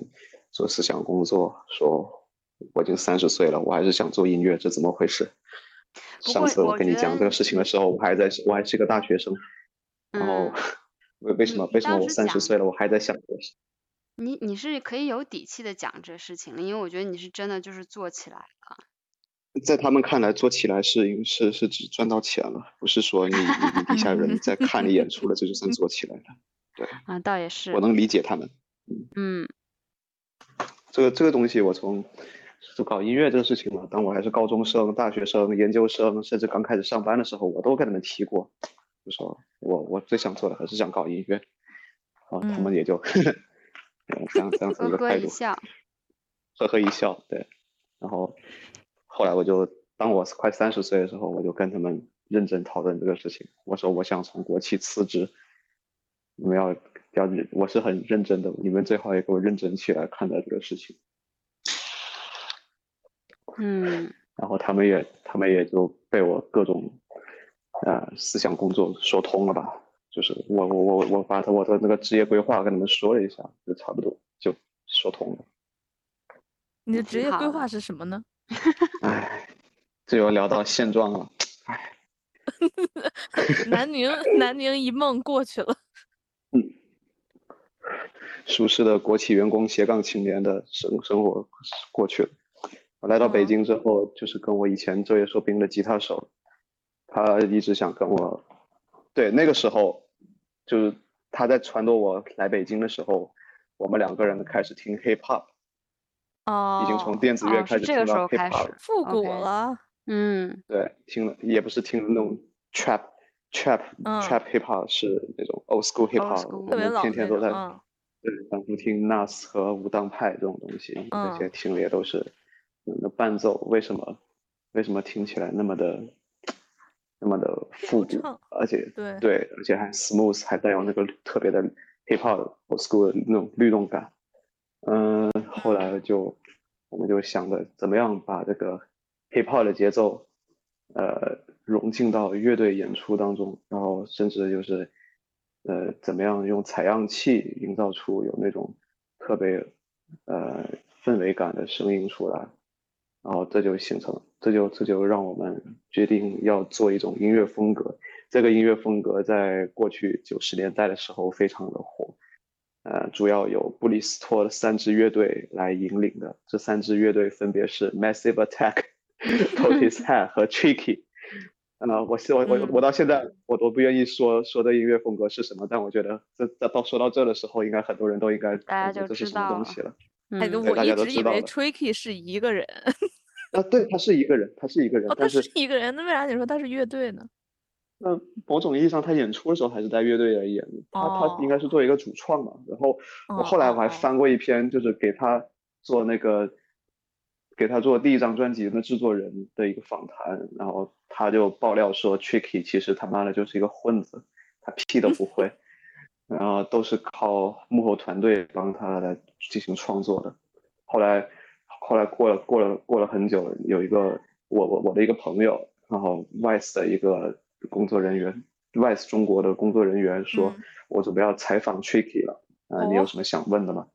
做思想工作，说我已经三十岁了，我还是想做音乐，这怎么回事？
不
上
过
次我
我
跟你
觉
讲
得
这个事情的时候，我还在，我还是个大学生，然后
嗯
为为什
你
么
你
为什么
当
我
时
三十
讲
岁了，我还在想这个事？
你你是可以有底气的讲这事情了，因为我觉得你是真的就是做起来了。
在他们看来，做起来是是是只赚到钱了，不是说你你你底下人在看你演出了，这就 算做起来了。
啊，倒也嗯是
我，能理解他们。
嗯
这个这个东西，我从就搞音乐这个事情嘛，当我还是高中生、大学生、研究生，甚至刚开始上班的时候，我都跟他们提过，就说我我最想做的还是想搞音乐，啊，他们也就 呃这样这样子
呵
一个
呵
态
一
度，
笑，
呵呵一笑，对。然后后来我就当我快三十岁的时候，我就跟他们认真讨论这个事情，我说我想从国企辞职，你们要要认，我是很认真的，你们最好也给我认真起来看待这个事情。
嗯
然后他们也他们也就被我各种呃思想工作说通了吧，就是我我我我把他我的那个职业规划跟他们说了一下，就差不多就说通了。
你的
挺
职业
好
规
的
划是什 么呢？
唉，这又聊到现状了。
南宁，南宁一梦过去了。
舒适的国企员工斜杠青年的生生活过去了。我来到北
嗯
京之后，就是跟我以前就业收兵的吉他手，他一直想跟我，对那个时候，就是他在撺掇我来北京的时候，我们两个人开始听 hip hop，
哦，
已经从电子
哦
乐
是
开始
这个
听
时候
到 hip
开
hop
始
了，
复古
OK
了。
嗯
对，听了也不是听那种 trap trap
嗯
trap hip hop，是那种 old school hip hop，
school
我
特别
们
老
天
的那
天都
种，
在
嗯，
对，反复听 Nas 和无党派这种东西，这些
嗯
听了也都是，嗯那伴奏为什么为什么听起来那么的那么的复古
畅，
而且
对，
对，而且还 smooth，还带有那个特别的 hip hop old school 的那种律动感。嗯，后来就我们就想着怎么样把这个 hip hop 的节奏，呃，融进到乐队演出当中，然后甚至就是，呃，怎么样用采样器营造出有那种特别呃氛围感的声音出来。然后这就形成了，这就这就让我们决定要做一种音乐风格。这个音乐风格在过去九十年代的时候非常的火，呃，主要有布里斯托的三支乐队来引领的。这三支乐队分别是 Massive Attack、Portishead 和 Tricky。呃，我希望我
嗯
我到现在我都不愿意说说这音乐风格是什么，但我觉得这这到说到这的时候，应该很多人都应该
大家
懂得
就
这是
知
什么
道
东
了
西了。
嗯，
哎，
对
我
大
一
家都
直
知
以
道
为
了
Tricky 是一个人，
啊，对，他是一个人，他是一个人，
哦，他
但
是一个人，那为啥你说他是乐队呢？
那某种意义上，他演出的时候还是带乐队来演的，他他应该是作为一个主创嘛。然后我
哦
后来
哦
我还
哦
翻过一篇，就是给他做那个，给他做第一张专辑的制作人的一个访谈，然后他就爆料说，Tricky 其实他妈的就是一个混子，他屁都 不会，然后都是靠幕后团队帮他来进行创作的。后来后来过了过了过了很久，有一个我我我的一个朋友，然后 Vice 的一个工作人员，Vice 中国的工作人员说，
嗯
我准备要采访 Tricky 了，啊、你有
哦
什么想问的吗？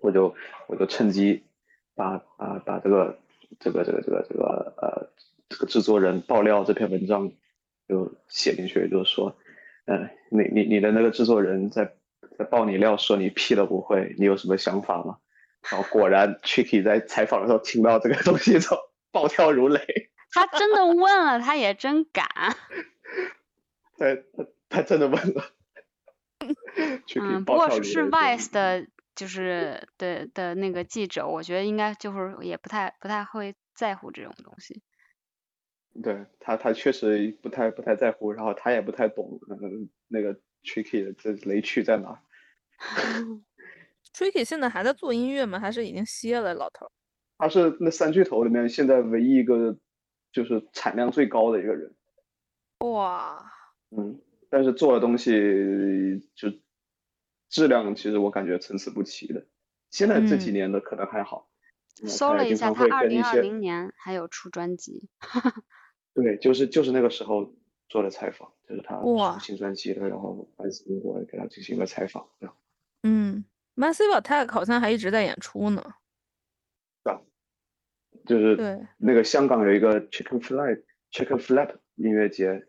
我就我就趁机把把把这个这个这个这个这个呃这个制作人爆料这篇文章就写进去，就是说，呃，你你你的那个制作人在在爆你料说你屁都不会，你有什么想法吗？然后果然 Tricky 在采访的时候听到这个东西之后暴跳如雷，
他真的问了，他也真敢，
他他他真的问 了，Tricky
嗯，不
暴
过
跳如
是
雷
是
说
Vice 的，就是的的那个记者，我觉得应该就是也不太不太会在乎这种东西，
对他，他确实不太不太在乎，然后他也不太懂，嗯，那个 tricky 的这雷区在哪儿。
Tricky 现在还在做音乐吗？还是已经歇了？老头儿，
他是那三巨头里面现在唯一一个就是产量最高的一个人，
哇，
嗯，但是做的东西就质量，其实我感觉参差不齐的。现在这几
嗯
年的可能还好，嗯
搜
他
了
也
一
经
下，
常
他
会
二
跟一
零二
些
零年还有出专辑，
对，就是就是那个时候做的采访，就是他
哇
出新专辑了，然后来自英国给他进行一个采访，然后
嗯，Massive Attack 好像还一直在演出呢。
就是
对，
那个香港有一个 Chicken Flap Chicken Flap 音乐节，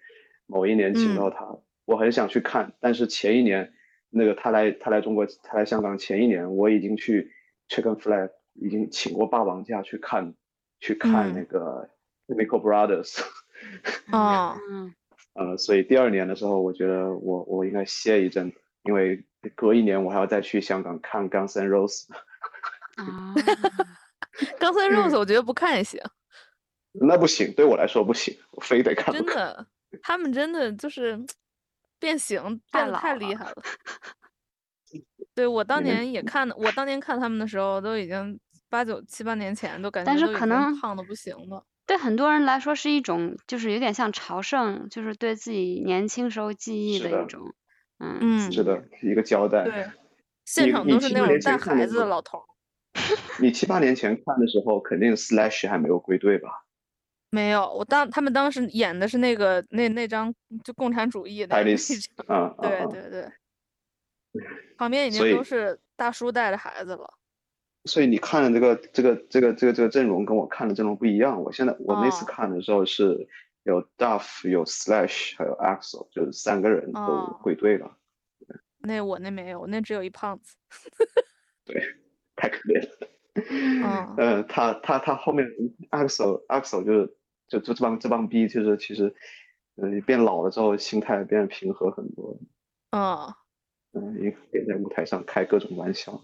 某一年
嗯
请到他，我很想去看，但是前一年那个他来他来中国他来香港前一年，我已经去 Chicken Flap 已经请过霸王假去看去
嗯
看那个 Chemical Brothers，
哦，
嗯，
呃，所以第二年的时候，我觉得我我应该歇一阵，因为隔一年我还要再去香港看 Guns N' Roses。
啊
刚
嗯
才 Rose 我觉得不看也行，
那不行，对我来说不行，我非得看不
真
可。
的，他们真的就是变形
太
变得太
老
厉
了
害了。 对我当
你们
年也看，我当年看他们的时候都已经八九七八年前，都感
但
觉
是
都已
可
经
能
胖的不行了。
对很多人来说是一种，就是有点像朝圣，就是对自己年轻时候记忆
是
的
的
一种，嗯，
嗯
是的，一个交代。
对，现
你
场
你
都是
七
那
八
种
年前
带
看
孩
的
子
吗
的老头儿，
你七八年前看的时候，肯定 Slash 还没有归队吧？
没有，我当他们当时演的是那个那那张就共产主义的那
Chinese
张，
啊啊
对
啊！
对对，旁边已
所
经
以
都是大叔带着孩子了，
所以你看的这个这个这个这个这个阵容跟我看的阵容不一样。我现在我那次
哦
看的时候是有 Duff、有 Slash 还有 Axel，就是三个人都
哦
归队了，
那我那没有，那只有一胖 子。
太可怜了。
嗯
呃，他他他后面 Axel Axel 就是就就这帮这帮逼，就是其实，呃，变老了之后心态变得平和很多，
嗯，
嗯、也也在舞台上开各种玩笑，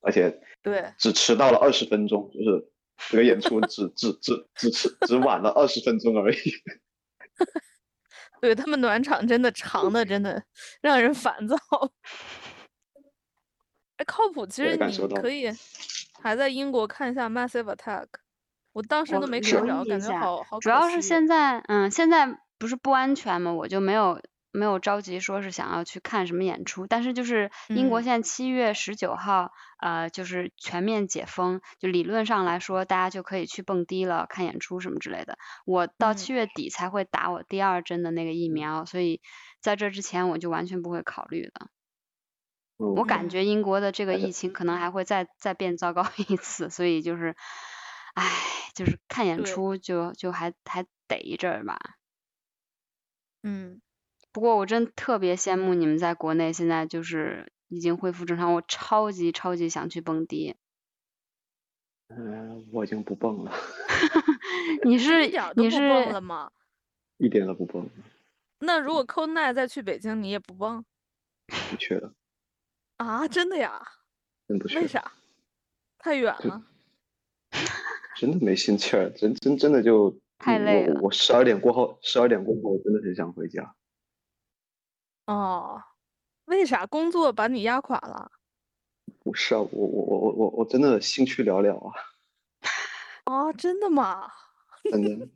而且
对，
只迟到了二十分钟，就是这个演出只只只只迟只晚了二十分钟而已。
对他们暖场真的长的真的让人烦躁。 哎，靠谱，其
我也
实
感受
你
到
可
了
以还在英国看一下 Massive Attack，我当时
我
都没
是
看着，
留意一
感觉
下
好好可惜。
主要是现在，嗯，现在不是不安全嘛，我就没有没有着急说是想要去看什么演出，但是就是英国
嗯
现在七月十九号，呃，就是全面解封，就理论上来说，大家就可以去蹦迪了、看演出什么之类的。我到
嗯
七月底才会打我第二针的那个疫苗，所以在这之前我就完全不会考虑的。 我感
嗯
觉英国的这个
而且
疫情可能还会再再变糟糕一次， 所以就是，唉，就是看演
对
出就就还还得一阵儿吧。
嗯，
不过我真特别羡慕你们在国内现在就是已经恢复正常，我超级超级想去蹦 迪。
嗯、我已经不蹦了，
你
是
是
一点儿都
你
不
是
蹦了吗？
一点都不蹦，
那如果 c o d n i 再去北京，你也不蹦
不去了，
啊？真的呀？
真不去
为
了，
啥？太远
就
了。
真的没心气儿，真真真的就
太
嗯
累了
我我十二点过后，十二点过后，我真的很想回家。
哦，为啥工作把你压垮了？
不是啊，我我我我我我真的兴趣寥寥啊，
哦，真的吗？
真的。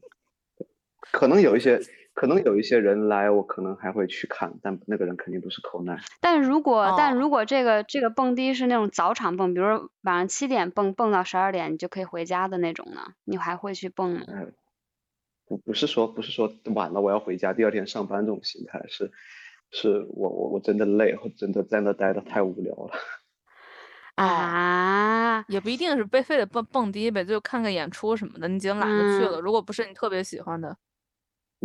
可能有一些，可能有一些人来，我可能还会去看，但那个人肯定不是 Conan。
但如果、但
哦
如果这个这个蹦迪是那种早场蹦，比如说晚上七点蹦，蹦到十二点你就可以回家的那种呢，你还会去蹦吗？
不不是说不是说晚了我要回家，第二天上班这种心态，是是我我我真的累，我真的在那待的太无聊了。
哦
啊，
也不一定是非非得蹦蹦迪呗，就看个演出什么的，你已经懒得
嗯
去了。如果不是你特别喜欢的，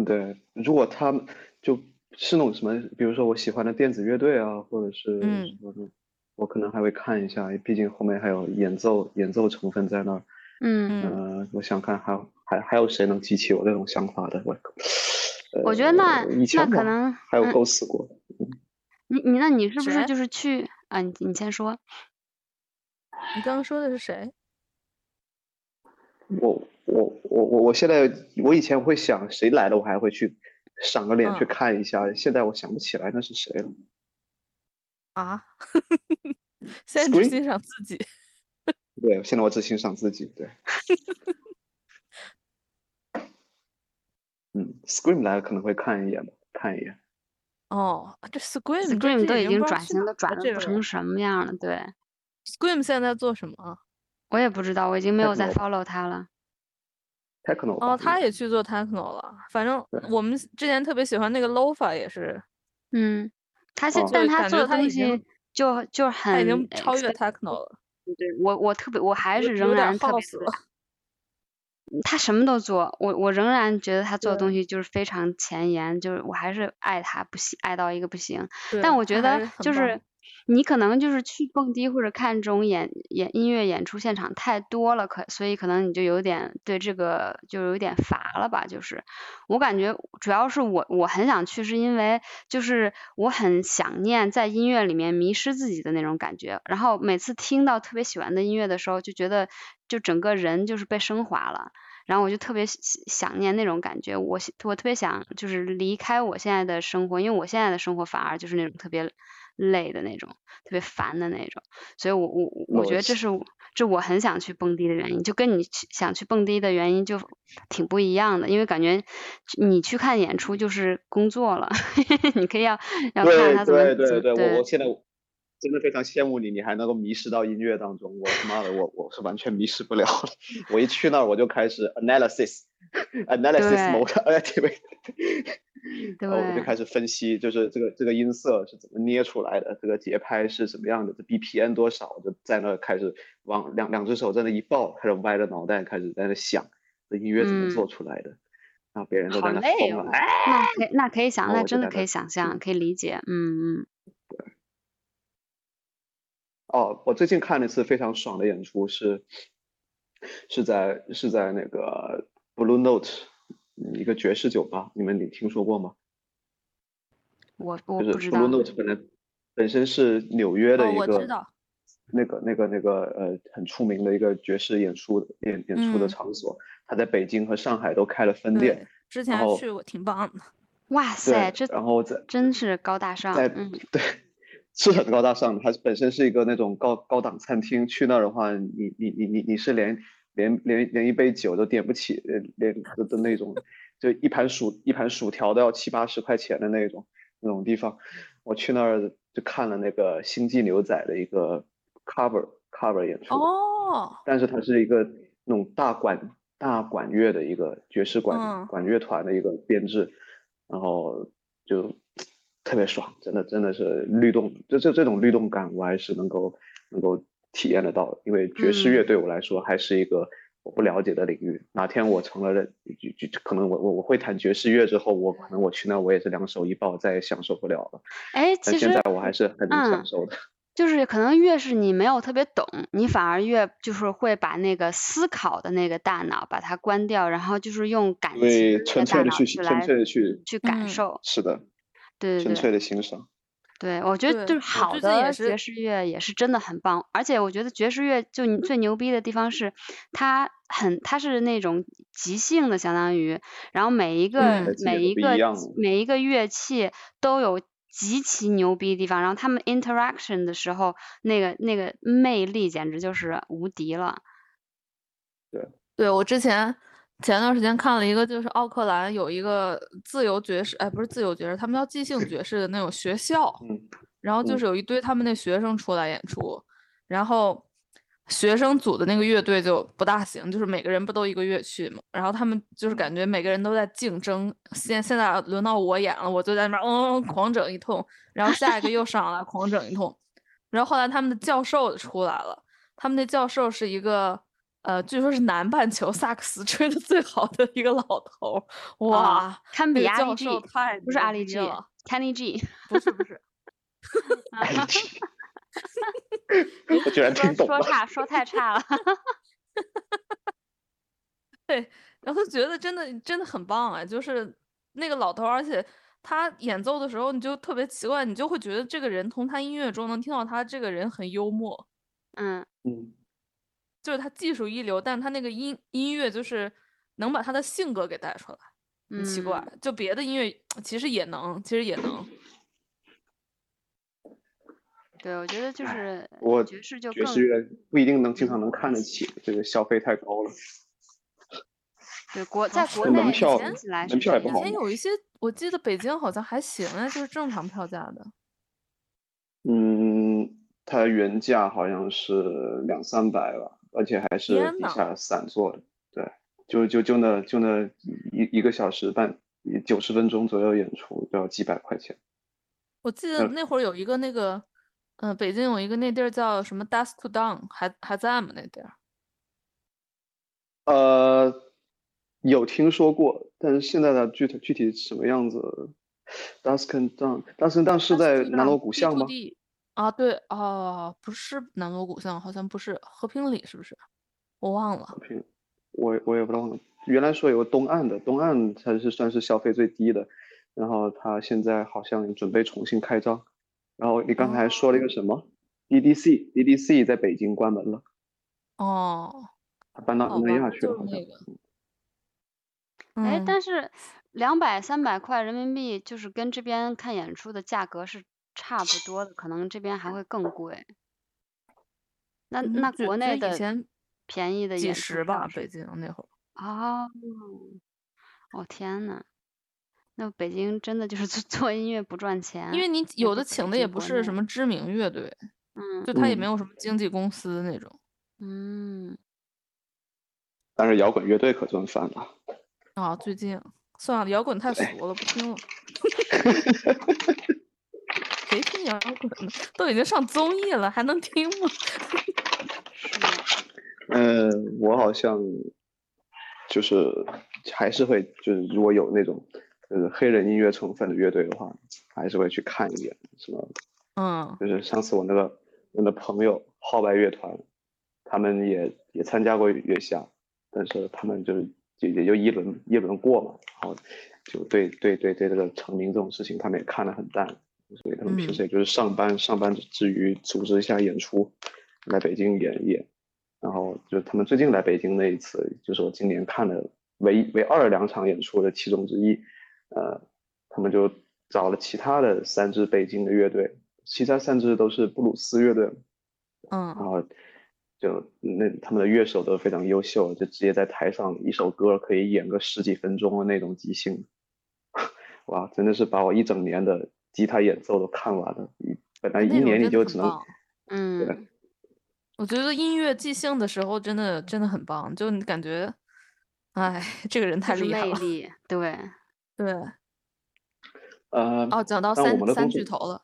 对，如果他们就是那种什么，比如说我喜欢的电子乐队啊，或者是
嗯
什么的，我可能还会看一下，毕竟后面还有演奏演奏成分在那儿。
嗯，
嗯，
呃，我想看还有还还有谁能激起我这种想法的？我，
我觉得那
呃以
那
前
可
我
能
还有
嗯
构思过，
你你那你是不是
谁
就是去啊？你你先说，
你刚刚说的是谁？
我我我我我现在我以前会想谁来了，我还会去赏个脸去
嗯
看一下。现在我想不起来那是谁了。
啊？ 现在只
Spring？
欣赏自己。
对，现在我只欣赏自己。对，嗯，Scream 来了可能会看一眼吧，看一眼。
哦，这 Scream 这
Scream
这
都
已
已
经
经
不知道
转
去
型
哪
都
儿
转
了这
的不
个
成
人
什么样了，对
Scream 现在在做什么啊？
我也不知道，我已经没
太
有再
多
follow 他了。
Techno 吧
哦，他
嗯
也去做 techno 了。反正
对
我们之前特别喜欢那个 lofa 也是，
嗯，他现
哦
但
就
他
感
做
觉
的
他
东
已经
西就就
他
很
已经超越
expect-
techno 了，
对我我特别我还
有
是
有
仍
点
然特别
house 了。
他什么都做，我我仍然觉得他做的
对
东西就是非常前沿，就是我还是爱他不行，爱到一个不行。
对
但我
他
觉
还
得
很
就
棒
是你可能就是去蹦迪或者看这种演演音乐演出现场太多了，可所以可能你就有点对这个就有点乏了吧。就是我感觉主要是我我很想去，是因为就是我很想念在音乐里面迷失自己的那种感觉。然后每次听到特别喜欢的音乐的时候，就觉得就整个人就是被升华了。然后我就特别喜想念那种感觉，我喜我特别想就是离开我现在的生活，因为我现在的生活反而就是那种特别累的那种，特别烦的那种，所以我我我
逻
觉得这
辑
是我这我很想去蹦迪的原因，就跟你去想去蹦迪的原因就挺不一样的，因为感觉你去看演出就是工作了， 你可以要要看他怎么
对
怎
对
么
对，我我现在真的非常羡慕你，你还能够迷失到音乐 当中。我他妈的，我我是完全迷失不了了。我一去那儿我就开始 analysis， analysis
对
mode activate，然后哦我就
对
开始分析，就是这个这个音色是怎么捏出来的，这个节拍是什么样的，这 BPM 多少，我就在那开始往两两只手在那一抱，开始歪着脑袋开始在那想，这音乐怎么
嗯
做出来的，然后别人都
好
在那
累
疯
哦
了，哎，
那可以那可以想，
然后
那
哦我就
真的
在
可以
那
想象，
嗯
可以理解，嗯嗯，
哦，我最近看了一次非常爽的演出是，是在是在那个 Blue Note 嗯一个爵士酒吧，你们你听说过吗？
我我
就是
不知道
Blue，Note 本来本身是纽约的
哦
一
我
个、
知道
那个那个那个呃很出名的一个爵士演出演演出的
嗯
场所，它在北京和上海都开了分
对
店，，
之前
然
还
后
去过，挺棒的。
哇塞，这
然后在
真是高大上，
在
嗯，
对，是很高大上的，它本身是一个那种高高档餐厅，去那儿的话，你你你你你是连连连连一杯酒都点不起，呃连的的那种，就一盘薯一盘薯条都要七八十块钱的那种那种地方。我去那儿就看了那个《星际牛仔》的一个 cover cover 演出，
哦，
但是它是一个那种大管大管乐的一个爵士管、
嗯
管乐团的一个编制，然后就特别爽，真的真的是律动，就这这种律动感我还是能够能够体验得到的，因为爵士乐
嗯
对我来说还是一个。我不了解的领域，哪天我成了人，就就就可能我我我会弹爵士乐之后，我可能我去那我也是两手一抱，再也享受不了了。
哎，
但
其
现
实
在我还是很能
嗯
享受的。
就是可能越是你没有特别懂，你反而越就是会把那个思考的那个大脑把它关掉，然后就是用感
因
情
为
的那
纯
个大脑
粹的去
去
纯
来
粹的去，
去感
嗯
受，
是的，
对对
纯
对。
粹的欣赏。
对，我觉
对
得就是
我
好
最近也
的
是
爵士乐也是真的很棒，而且我觉得爵士乐就你最牛逼的地方是，它很它是那种即兴的，相当于，然后每一个、
嗯
乐器也
每
都
一
不一
个
样哦
每一个乐器都有极其牛逼的地方，然后他们 interaction 的时候，那个那个魅力简直就是无敌了。
对，我之前前段时间看了一个，就是奥克兰有一个自由爵士，哎，不是自由爵士，他们叫即兴爵士的那种学校，
嗯，
然后就
嗯
是有一堆他们那学生出来演出，然后学生组的那个乐队就不大行，就是每个人不都一个乐器嘛，然后他们就是感觉每个人都在竞争，现现在轮到我演了，我就在那边嗯嗯狂整一通，然后下一个又上来狂整一通，然后后来他们的教授出来了，他们的教授是一个。呃，据说是 南半球萨克斯吹的最好的一个老头儿，哇，
堪
这
啊比
个
阿
教
里
授
G，
太
不是
牛
阿里
逼
G，
了
Kenny G，
不是不是，
我居然
说
听懂
说
了。
差说太差了，
然后觉得真的真的很棒啊，就是那个老头儿，而且他演奏的时候，你就特别奇怪，你就会觉得这个人从他音乐中能听到他这个人很幽默，
嗯
嗯，
就是他技术一流，但他那个音音乐就是能把他的性格给带出来，很
嗯，
奇怪。就别的音乐其实也能，其实也能，
对，我觉得就
唉
是
我
爵士就
爵
更
士乐不一定能经常能看得起，这个消费太高了。
对国
啊
在
是
国
的
内
门
以
票
前起来
门
是
票
这
也不
以
好
样
前
嘛
有一些我记得北京好像还行啊，就是正常票价的。
嗯，它原价好像是两三百吧，而且还是
天
地
呐
下散座的。对，就就就那就那一一个小时半九十分钟左右演出就要几百块钱。
我记得
嗯
那会儿有一个那个，嗯、北京有一个那地儿叫什么 Dust to Dawn，还还在吗？那地儿？
呃，有听说过，但是现在的具体具体什么样子？Dusk and Dawn，Dusk and Dawn 是在南锣鼓巷吗？
B2D 啊，对，哦，不是南锣鼓巷，好像不是和平里，是不是？我忘了。
我我也不知道，原来说有个东岸的，东岸才是算是消费最低的，然后它现在好像准备重新开张。然后你刚才说了一个什么？DDC，DDC 在北京关门了，
哦，
它搬到
好
东南
吧
亚
那
去了，
就是
好像
那个
哎
嗯，
但是两百三百块人民币就是跟这边看演出的价格是差不多的，可能这边还会更贵。那
嗯
那
觉
国
觉
内
得以
的
前
便宜的
几
演出票
十吧，
是
北京那会儿。
哦，我、天呐，那北京真的就是做 做音乐不赚钱，
因为你
也
有
不
的
是
请
北
的也
京
不
啊国
是
内
什么知名乐队，
嗯
就他也没
嗯
有什么经纪公司那种。
嗯，
但是摇滚乐队可赚翻了。
啊，最近算了，摇滚太俗了，不 听了。谁听摇滚呢？都已经上综艺了，还能听吗？
嗯、我好像就是还是会，就是如果有那种就是黑人音乐成分的乐队的话，还是会去看一眼。什么？
嗯，
就是上次我那个我的朋友号外乐团，他们也也参加过月下，但是他们就是也也就一轮一轮过嘛，然后就对对对对这个成名这种事情，他们也看得很淡，所以他们平时也就是上班、上班之余组织一下演出，来北京演一演。然后就他们最近来北京那一次，就是我今年看的唯一唯二两场演出的其中之一，呃，他们就找了其他的三支北京的乐队，其他三支都是布鲁斯乐队，然
嗯，
后就那他们的乐手都非常优秀，就直接在台上一首歌可以演个十几分钟的那种即兴， 哇，真的是把我一整年的吉他演奏都看完了，一本来
那
一
种
年
真
你
的
就
很
只能
棒
嗯，
我觉得音乐即兴的时候真的真的很棒，就你感觉，哎，这个人太
就是
厉害
魅
了。
力，对，
对，
呃
哦，讲到
但我
三
们的
三
工
巨
作
头了，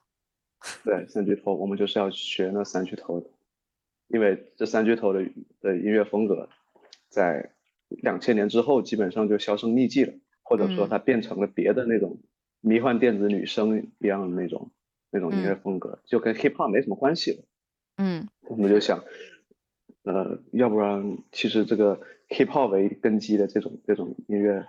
对，三巨头，我们就是要学那三巨头的，因为这三巨头的的音乐风格，在两千年之后基本上就销声匿迹了，或者说
嗯
它变成了别的那种迷幻电子女声一样的那种那种音乐
嗯
风格，就跟 hip hop 没什么关系了。
嗯
我们就想，呃，要不然其实这个 hip hop 为根基的这种这种音乐，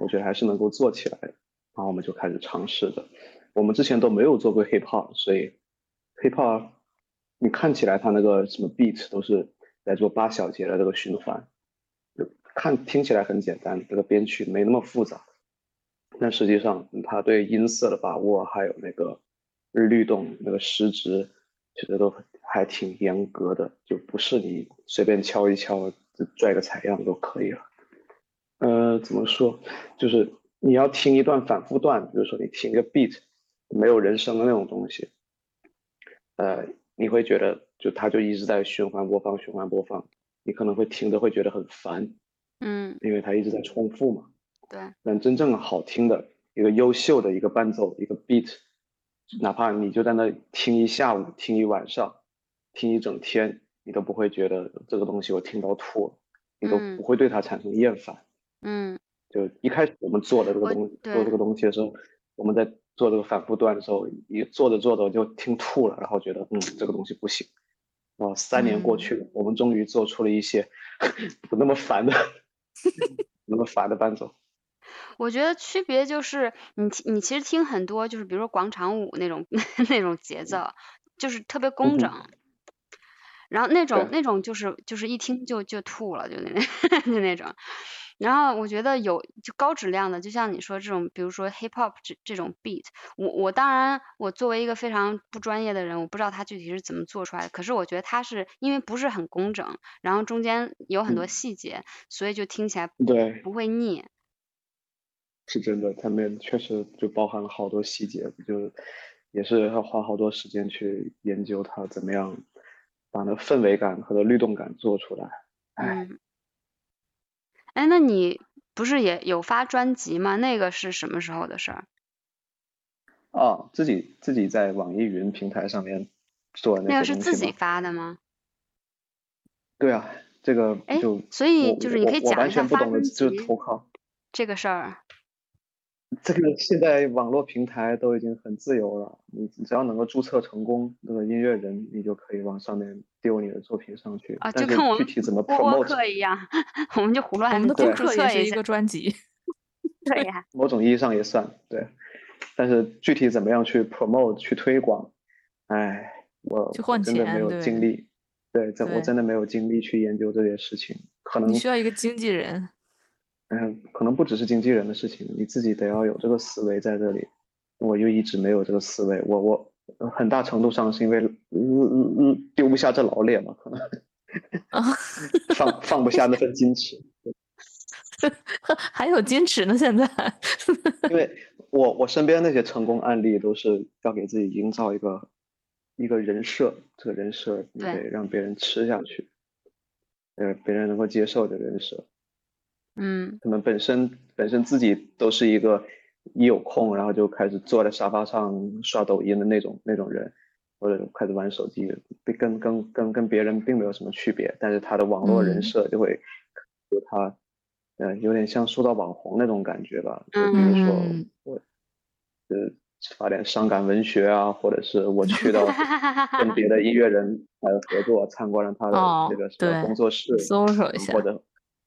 我觉得还是能够做起来的。然后我们就开始尝试的。我们之前都没有做过 hip hop，所以 hip hop 你看起来它那个什么 beat 都是在做八小节的这个循环，就看听起来很简单，这个编曲没那么复杂，但实际上它对音色的把握还有那个律动那个时值，其实都还挺严格的，就不是你随便敲一敲就拽个采样就可以了。呃，怎么说？就是你要听一段反复段，比如说你听一个 beat，没有人声的那种东西，呃，你会觉得就它就一直在循环播放、循环播放，你可能会听着会觉得很烦，
嗯，
因为它一直在重复嘛。
对，
但真正好听的一个优秀的一个伴奏、一个 beat，哪怕你就在那听一下午、听一晚上、听一整天，你都不会觉得这个东西我听到吐，你都
嗯
不会对它产生厌烦。
嗯，
就一开始我们做的这个
我
东
对
做这个东西的时候，我们在做这个反复段的时候，一做着做着我就听吐了，然后觉得嗯这个东西不行。哇，三年过去了，
嗯
我们终于做出了一些 不那么 烦的、不那么烦的伴奏。
我觉得区别就是你其你其实听很多就是比如说广场舞那种 那种节奏，就是特别工
嗯哼
整。然后那种
对
那种就是就是一听就就吐了，就那 就那种。然后我觉得有就高质量的，就像你说这种，比如说 hip hop 这这种 beat，我我当然我作为一个非常不专业的人，我不知道他具体是怎么做出来的。可是我觉得他是因为不是很工整，然后中间有很多
嗯
细节，所以就听起来
对，
不会腻。
是真的，他们确实就包含了好多细节，就是也是要花好多时间去研究它怎么样把那氛围感和律动感做出来。哎，
嗯，哎，那你不是也有发专辑吗？那个是什么时候的事儿？
哦，自己自己在网易云平台上面做
那
些
个是
东
自
西
己
吗
发的吗？
对啊，这个
哎
就，
所以
我
就是你
我
可以
我
讲
完
一下
全不
发
懂的，
专
就
辑
投靠。
这个事儿。
这个现在网络平台都已经很自由了，你只要能够注册成功，那个音乐人你就可以往上面丢你的作品上去。
啊，就
但
跟
是
我
具
们
体怎么
播播
promote，
客一样， 我们就胡
我
乱
们的
注
播
哎注
对
客也
册
是
一
一
下
个，专辑。
对呀，
某种意义上也算对，但是具体怎么样去 promote 去推广，哎，我
去
我
换
真的
钱
没有
对
精力，对，这我
对
真的没有精力去研究这些事情，可能
你需要一个经纪 人，
嗯，可能不只是经纪人的事情，你自己得要有这个思维在这里。我又一直没有这个思维，我我呃很大程度上是因为嗯嗯嗯丢不下这老脸嘛，可能放放不下那份矜持。
还有矜持呢。 现在，
因为我我身边那些成功案例都是要给自己营造一个一个人设，这个人设你
对
得让别人吃下去，呃，别人能够接受的人设。
嗯
他们本身本身自己都是一个一有空然后就开始坐在沙发上刷抖音的那种那种人，或者开始玩手机，跟跟跟跟别人并没有什么区别，但是他的网络人
嗯
设就会有他，呃，有点像塑造网红那种感觉吧，就比如说
嗯
我，呃，发点伤感文学啊，或者是我去到跟别的音 乐人呃合作，参观了他的
哦
那个什么
对
工作室，
搜索一
嗯
下
或者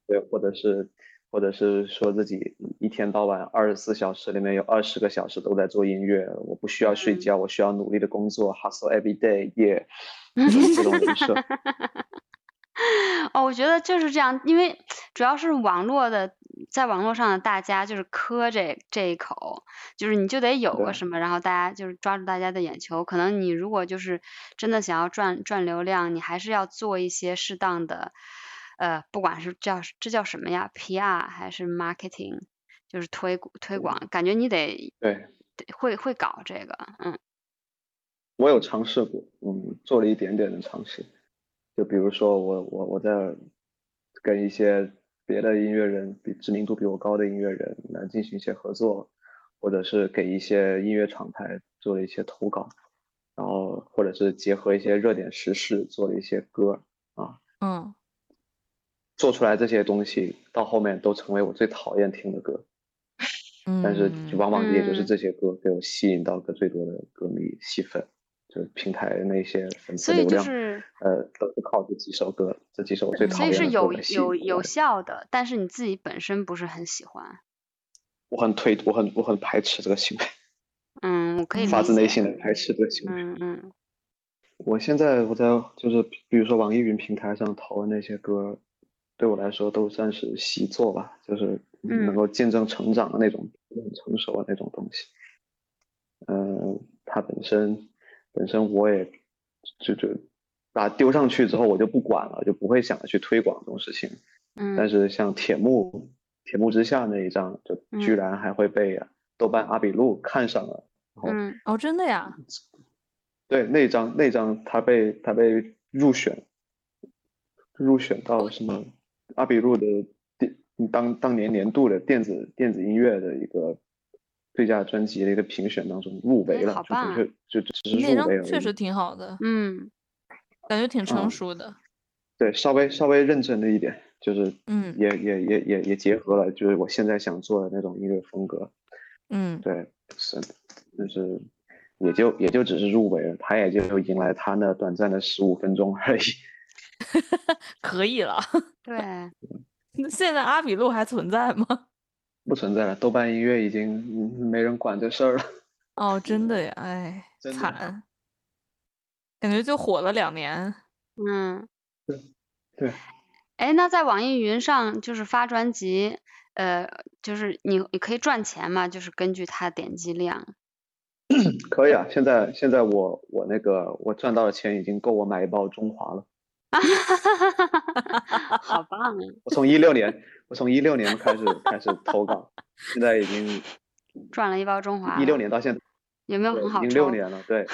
对，或者是或者是说自己一天到晚二十四小时里面有二十个小时都在做音乐，我不需要睡
嗯
觉，我需要努力的工作，hustle every day，耶、yeah,，这种人设，
哦，我觉得就是这样，因为主要是网络的，在网络上的大家就是磕这这一口，就是你就得有
对
个什么，然后大家就是抓住大家的眼球。可能你如果就是真的想要赚赚流量，你还是要做一些适当的，呃，不管是叫这叫什么呀，PR 还是 marketing，就是推广推广，感觉你得
对
得会会搞这个，嗯
我有尝试过，嗯，做了一点点的尝试，就比如说我我我在跟一些别的音乐人，比知名度比我高的音乐人来进行一些合作，或者是给一些音乐厂牌做了一些投稿，然后或者是结合一些热点时事做了一些歌，
嗯，
做出来这些东西到后面都成为我最讨厌听的歌，但是
嗯
就往往也就是
嗯
这些歌给我吸引到个最多的歌迷戏份，就是平台那些粉丝
所以
流
就
量。
是
呃，都是靠这几首歌，这几首我最
嗯
讨
所以
厌的
是
歌
有
来吸引
有
我
有
来
效的，但是你自己本身不是很喜欢。
我很推，我很我很排斥这个 行为，
嗯，我可以
发
理
自内
解
心的排斥这个行为。
嗯嗯
我现在我在就是比如说网易云平台上投的那些歌，对我来说都算是习作吧，就是能
嗯
够见证成长的那种，很成熟的那种东西。嗯，它本身本身我也就就把它丢上去之后，我就不管了，就不会想着去推广这种事情。
嗯，
但是像铁幕铁幕之下那一张，就居
嗯
然还会被豆瓣阿比路看上了。
嗯
哦，真的呀，
对，那张那张他被他被入选，入选到什么阿比路的电当当年年度的电子电子音乐的一个最佳专辑的一个评选当中入围
哎
了
好，
就
棒啊
只是就只是
嗯那
入围
张
而
确实
已。
挺好的，
嗯
感觉挺成
嗯
熟的。
对，稍微稍微认真了一点，就是
嗯
也也也也也结合了就是我现在想做的那种音乐风格。
嗯
对，是，就是也就也就只是入围了，他也就迎来他那短暂的十五分钟而已。
可以了。
对，
那现在阿比路还存在吗？
不存在了，豆瓣音乐已经嗯没人管这事儿了。
哦，真的呀，哎，
真的
惨，感觉就火了两年。
嗯
对，
哎，那在网易云上就是发专辑，呃，就是你你可以赚钱嘛，就是根据它点击量。
可以啊，现在现在我我那个我赚到的钱已经够我买一包中华了。
好棒啊！
我从一六年，我从一六年开始开始投稿，现在已经
赚了一包中华了。
一六年到现在，
有没有
对
很
已
好
经六
抽
年了，对，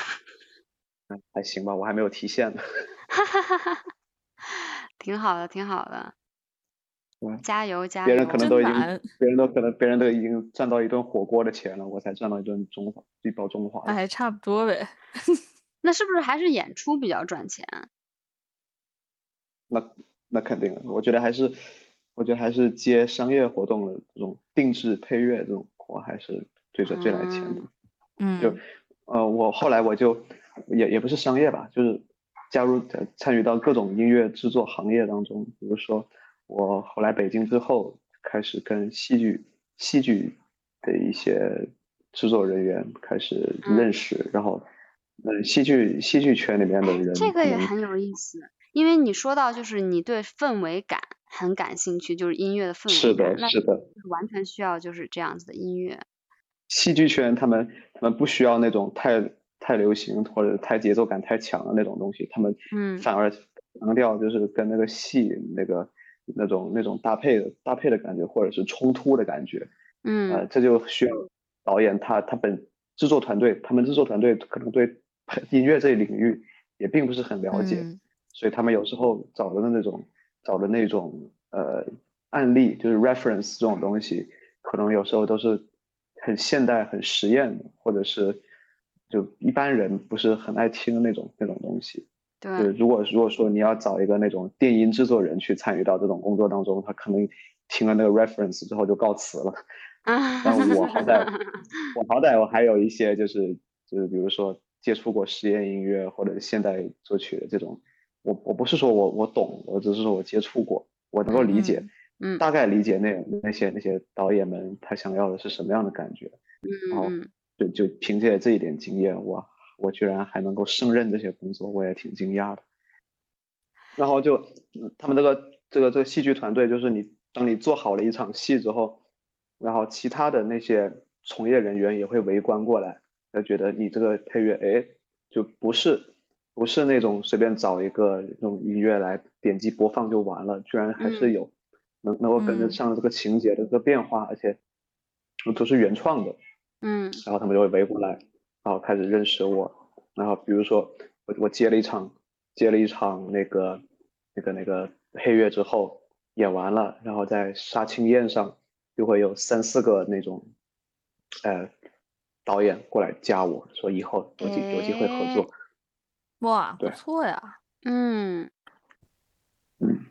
嗯还行吧，我还没有提现呢。
挺好的，挺好的
嗯。
加油加
别人
油！
可
真
能都已经
难，
别人都可能别人都已经赚到一顿火锅的钱了，我才赚到一顿中华一包中华了。
哎，差不多呗。
那是不是还是演出比较赚钱？
那那肯定的，我觉得还是，我觉得还是接商业活动的这种定制配乐这种活还是最赚最来钱的。就
嗯
呃，我后来我就也也不是商业吧，就是加入呃参与到各种音乐制作行业当中。比如说，我后来北京之后开始跟戏剧戏剧的一些制作人员开始
嗯
认识，然后呃，戏剧戏剧圈里面的
哎
人
这
可
个也
能
很有意思，因为你说到就是你对氛围感很感兴趣，就是音乐的氛围
是
感
的，
那
是的。
就是完全需要就是这样子的音乐。
戏剧圈他们他们不需要那种太太流行或者太节奏感太强的那种东西，他们
嗯
反而强调就是跟那个戏那个那种那种搭配的搭配的感觉，或者是冲突的感觉，呃，
嗯
这就需要导演他他本制作团队，他们制作团队可能对 音乐这一领域也并不是很了解，
嗯
所以他们有时候找的那种找的那种呃案例，就是 reference 这种东西，可能有时候都是很现代、很实验的，或者是就一般人不是很爱听的那种那种东西。就
对
是如果如果说你要找一个那种电音制作人去参与到这种工作当中，他可能听了那个 reference 之后就告辞 了。
啊，
但我好歹 我好歹我还有一些就是就是比如说接触过实验音乐或者现代作曲的这种，我我不是说我我懂，我只是说我接触过，我能够理解，
嗯
大概理解那那些那些导演们他想要的是什么样的感觉，好
嗯嗯，
就就凭借这一点经验，我我居然还能够胜任这些工作，我也挺惊讶的。然后就嗯他们这个这个这个戏剧团队，就是你当你做好了一场戏之后，然后其他的那些从业人员也会围观过来，就觉得你这个配乐，哎，就不是不是那种随便找一个那种音乐来点击播放就完了，居然还是
嗯
有、能能够跟得
嗯
上这个情节的这个变化，而且都是原创的。
嗯
然后他们就会围过来，然后开始认识我。然后比如说我我接了一场接了一场那个那个那个黑月之后演完了，然后在杀青宴上就会有三四个那种，呃，导演过来加我说以后有机有机会合作。
哇，不
对
错呀！
嗯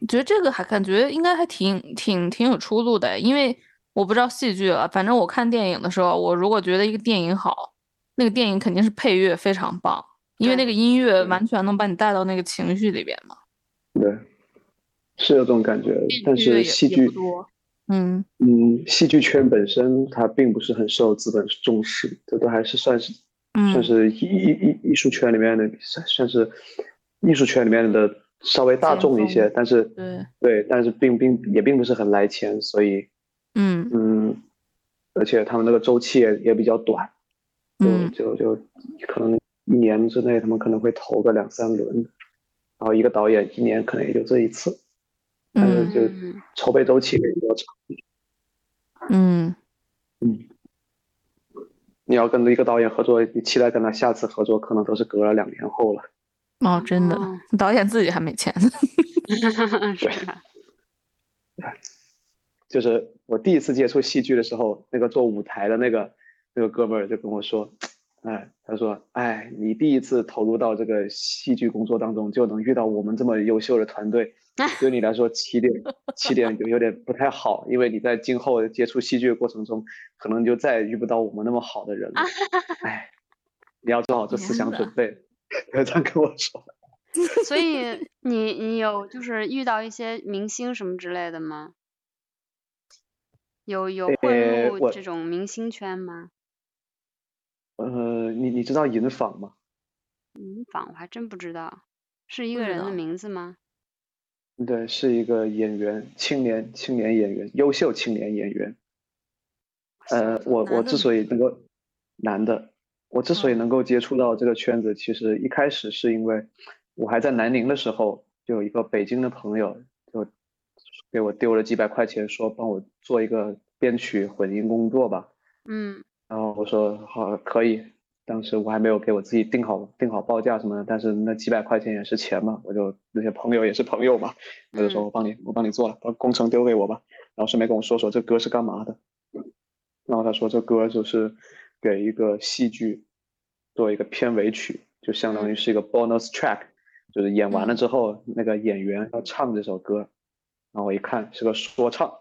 你觉得这个还感觉应该还挺挺挺有出路的，因为我不知道戏剧啊，反正我看电影的时候，我如果觉得一个电影好，那个电影肯定是配乐非常棒，因为那
对
个音乐
嗯
完全能把你带到那个情绪里边嘛。
对，是有这种感觉，但
配乐也
是嗯戏
也
剧
不多，嗯，
嗯，戏剧圈本身它并不是很受资本重视，这都还是算是
嗯
算是艺艺艺艺术圈里面的算算是艺术圈里面的稍微大
尖
众一
峰
些，但是
对，
对，但是并并也并不是很来钱，所以
嗯
嗯，而且他们那个周期也也比较短，就
嗯
就就可能一年之内他们可能会投个两三轮，然后一个导演一年可能也就这一次，但是
嗯
就
嗯
筹备周期也比较长。
嗯，
你要跟一个导演合作，你期待跟他下次合作，可能都是隔了两年后了。
哦， 真的
哦，
导演自己还没钱，
是 吧？
就是我第一次接触戏剧的时候，那个做舞台的那个那个哥们儿就跟我说，哎，他说，哎，你第一次投入到这个戏剧工作当中，就能遇到我们这么优秀的团队，对你来说起点起点有有点不太好，因为你在今后接触戏剧的过程中，可能就再也遇不到我们那么好的人了。哎，你要做好这思
天
想
哪
准备。 他这样跟我说。
所以你你有就是遇到一些明星什么之类的吗？有有混
呃
入
我
这种明星圈吗？
呃，你你知道银纺吗？
嗯，仿我还真不知道，是一
不
个
知
人的
道
名字吗？
对，是一个演员，青年青年演员，优秀青年演员。呃，我
男
我
的
之所以能够男的，我之所以
哦
能够接触到这个圈子，其实一开始是因为我还在南宁的时候，就有一个北京的朋友就给我丢了几百块钱，说帮我做一个编曲混音工作吧。
嗯
然后我说好可以，当时我还没有给我自己定好定好报价什么的，但是那几百块钱也是钱嘛，我就那些朋友也是朋友嘛，我就说
嗯
我帮你我帮你做了，把工程丢给我吧，然后顺便跟我说说这歌是干嘛的，然后他说这歌就是给一个戏剧做一个片尾曲，就相当于是一个 bonus track，就是演完了之后那个演员要唱这首歌，然后我一看是个说唱，